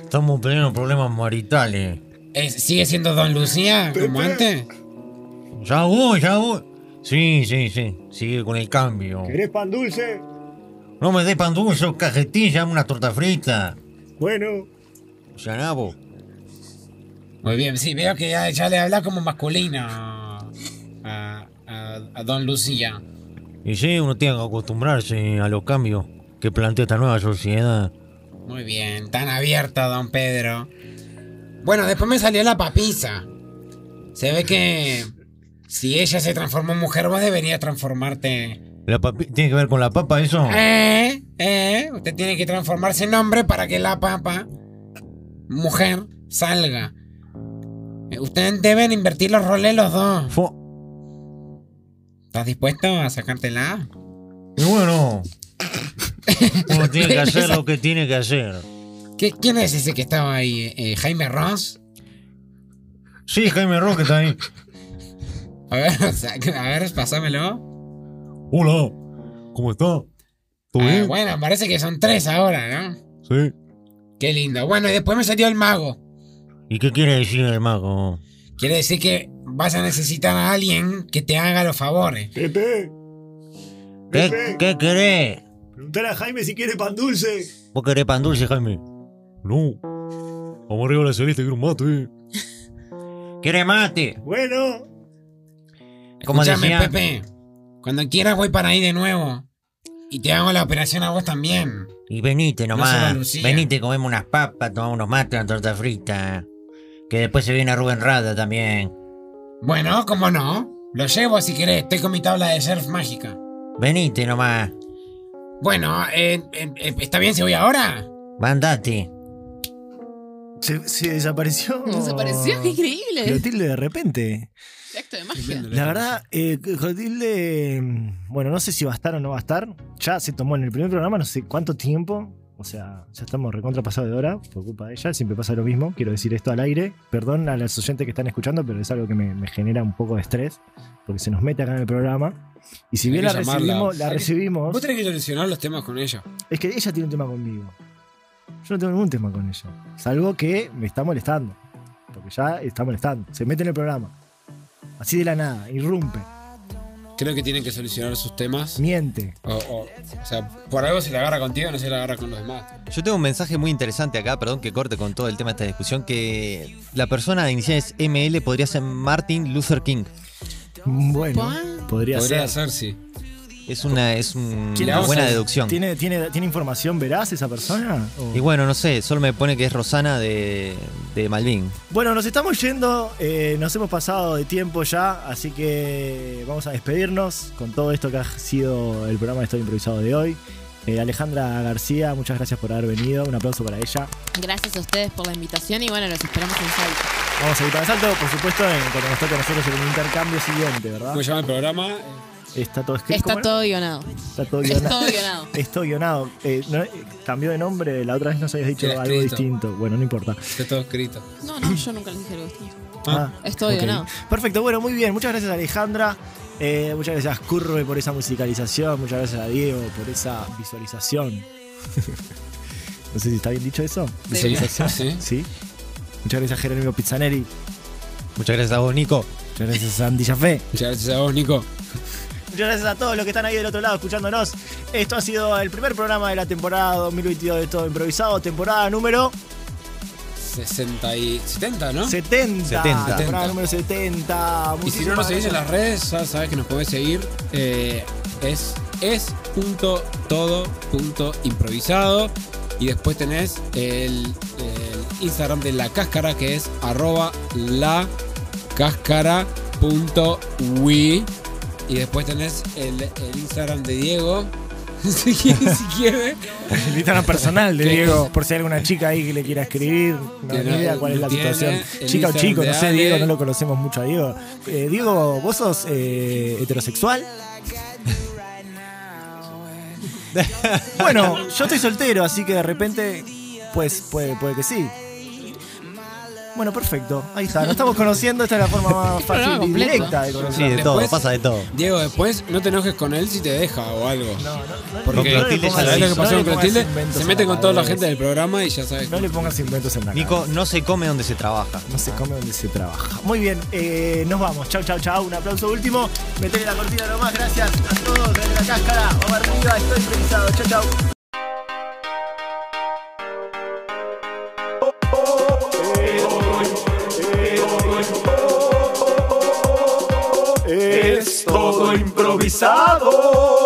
estamos teniendo problemas maritales.
Es- ¿Sigue siendo Don Lucía como antes?
Ya voy, ya voy. Sí, sí, sí. Sigue con el cambio.
¿Querés pan dulce?
No me des pan dulce, cajetilla, una torta frita.
Bueno.
O sea, nada, vos.
Muy Pues bien, sí, veo que ya, ya le habla como masculino a, a- a Don Lucía.
Y sí, uno tiene que acostumbrarse a los cambios que plantea esta nueva sociedad.
Muy bien, tan abierta, Don Pedro. Bueno, después me salió la papisa. Se ve que si ella se transformó en mujer, vos deberías transformarte.
La papi- ¿Tiene que ver con la papa eso?
¿Eh? ¿Eh? Usted tiene que transformarse en hombre para que la papa, mujer, salga. Eh, Ustedes deben invertir los roles los dos. ¿Estás dispuesto a sacártela?
Y bueno, uno tiene que hacer lo que tiene que hacer.
¿Qué- ¿Quién es ese que estaba ahí? eh, ¿Jaime Ross?
Sí, Jaime Ross que está ahí.
A ver, o sea, a ver, pasámelo.
Hola, ¿cómo está? ¿Todo
Ah,
bien?
bueno, parece que son tres ahora, ¿no?
Sí.
Qué lindo. Bueno, y después me salió el mago.
¿Y qué quiere decir el mago?
Quiere decir que vas a necesitar a alguien que te haga los favores.
Pepe,
¿Qué, qué querés?
preguntale a Jaime si quiere pan dulce.
¿Vos querés pan dulce, Jaime? No. Vamos arriba a la celeste, quiero un mate. ¿Quiere mate?
Bueno.
Como
Escúchame,
decía-
Pepe. Cuando quieras voy para ahí de nuevo. Y te hago la operación a vos también.
Y venite nomás.
solo Lucía.
venite, comemos unas papas, tomamos unos mates, una torta frita. Que después se viene Rubén Rada también.
Bueno, como no. Lo llevo si querés. Estoy con mi tabla de surf mágica.
Venite nomás.
Bueno,
Ah,
eh, eh, eh, ¿está bien si voy ahora?
Mandate.
Se, se desapareció.
Desapareció, qué increíble.
Clotilde de repente.
Acto de magia.
La verdad, eh, Clotilde, bueno, no sé si va a estar o no va a estar. Ya se tomó en el primer programa, no sé cuánto tiempo. O sea, ya estamos recontra pasados de hora, por culpa de ella, siempre pasa lo mismo. Quiero decir esto al aire. Perdón a los oyentes que están escuchando, pero es algo que me, me genera un poco de estrés, porque se nos mete acá en el programa. Y si bien la
Tenés que llamarla.
recibimos, la
Hay que-
recibimos.
Vos tenés que solucionar los temas con ella.
Es que ella tiene un tema conmigo. Yo no tengo ningún tema con ella. Salvo que me está molestando. Porque ya está molestando. Se mete en el programa. Así de la nada. Irrumpe.
Creo que tienen que solucionar sus temas.
Miente.
O, o- o sea, por algo se la agarra contigo, no se la agarra con los demás.
Yo tengo un mensaje muy interesante acá, perdón que corte con todo el tema de esta discusión, que la persona de iniciales ML podría ser Martin Luther King.
Bueno. Podría,
Podría
ser.
sí.
Es una, es un-
¿Quién
una
es?
buena deducción.
¿Tiene, tiene, ¿Tiene información veraz esa persona? ¿O-
Y bueno, no sé, solo me pone que es Rosana de, de Malvin.
Bueno, nos estamos yendo, eh, nos hemos pasado de tiempo ya, así que vamos a despedirnos con todo esto que ha sido el programa de Estoy Improvisado de hoy. Eh, Alejandra García, muchas gracias por haber venido, un aplauso para ella.
Gracias a ustedes por la invitación y bueno, los esperamos en Salta.
Vamos a ir para Salto, por supuesto, en, cuando nos toque a nosotros en el intercambio siguiente, ¿verdad?
¿Cómo se llama el programa?
Está todo escrito.
Está
¿cómo era?
todo guionado.
Está todo
Está
guionado.
todo guionado.
Estoy guionado. Eh, no, eh, cambió de nombre, la otra vez nos habías dicho
Era
algo
escrito.
distinto. Bueno, no importa.
Está todo escrito.
No, no, yo nunca les dije algo así.
Ah,
Es todo
ok.
guionado.
Perfecto, bueno, muy bien. Muchas gracias Alejandra. Eh, muchas gracias Curve por esa musicalización. Muchas gracias a Diego por esa visualización. no sé si está bien dicho eso. Visualización.
Sí.
Muchas gracias a Jerónimo Pizzanelli.
Muchas gracias a vos, Nico.
Muchas gracias a Andy Jafé.
Muchas gracias a vos, Nico.
Muchas gracias a todos los que están ahí del otro lado escuchándonos. Esto ha sido el primer programa de la temporada 2022 de Todo Improvisado, temporada número
60 y 70, ¿no?
70.
70.
Temporada número 70.
Y si no nos
Muchísimas
seguís en las
gracias.
redes, ya sabes que nos podés seguir. eh, es es.todo.improvisado. Y después tenés el, el Instagram de la cáscara que es arroba la Y después tenés el, el Instagram de Diego. si quiere, si quiere.
El Instagram personal de
¿Qué?
Diego, por si hay alguna chica ahí que le quiera escribir. No,
Que
ni
no-
idea cuál es la
tiene
situación.
el
Chica o
Instagram
chico,
de
no sé,
Ale.
Diego, no lo conocemos mucho a Diego. Eh, Diego, ¿vos sos eh, heterosexual? bueno, yo estoy soltero, así que de repente, pues puede, puede que sí. Bueno, perfecto. Ahí está, nos estamos conociendo. Esta es la forma más fácil y directa de conocer.
Después,
pasa de todo.
Diego, después no te enojes con él si te deja o algo.
no le
Porque
pongas-
¿sabés lo que pasó
no le pongas
con Clotilde?
inventos
Se
en
mete
la
con toda la
cabeza.
gente del programa y ya sabes.
No le pongas inventos en la
Nico, no se come donde se trabaja.
No se come donde se trabaja. Muy bien, eh, nos vamos. Chau, chau, chau. Un aplauso último. Metele la cortina nomás. Gracias a todos. Desde la cáscara. Vamos arriba. Estoy improvisado. Chau, chau.
Es todo improvisado.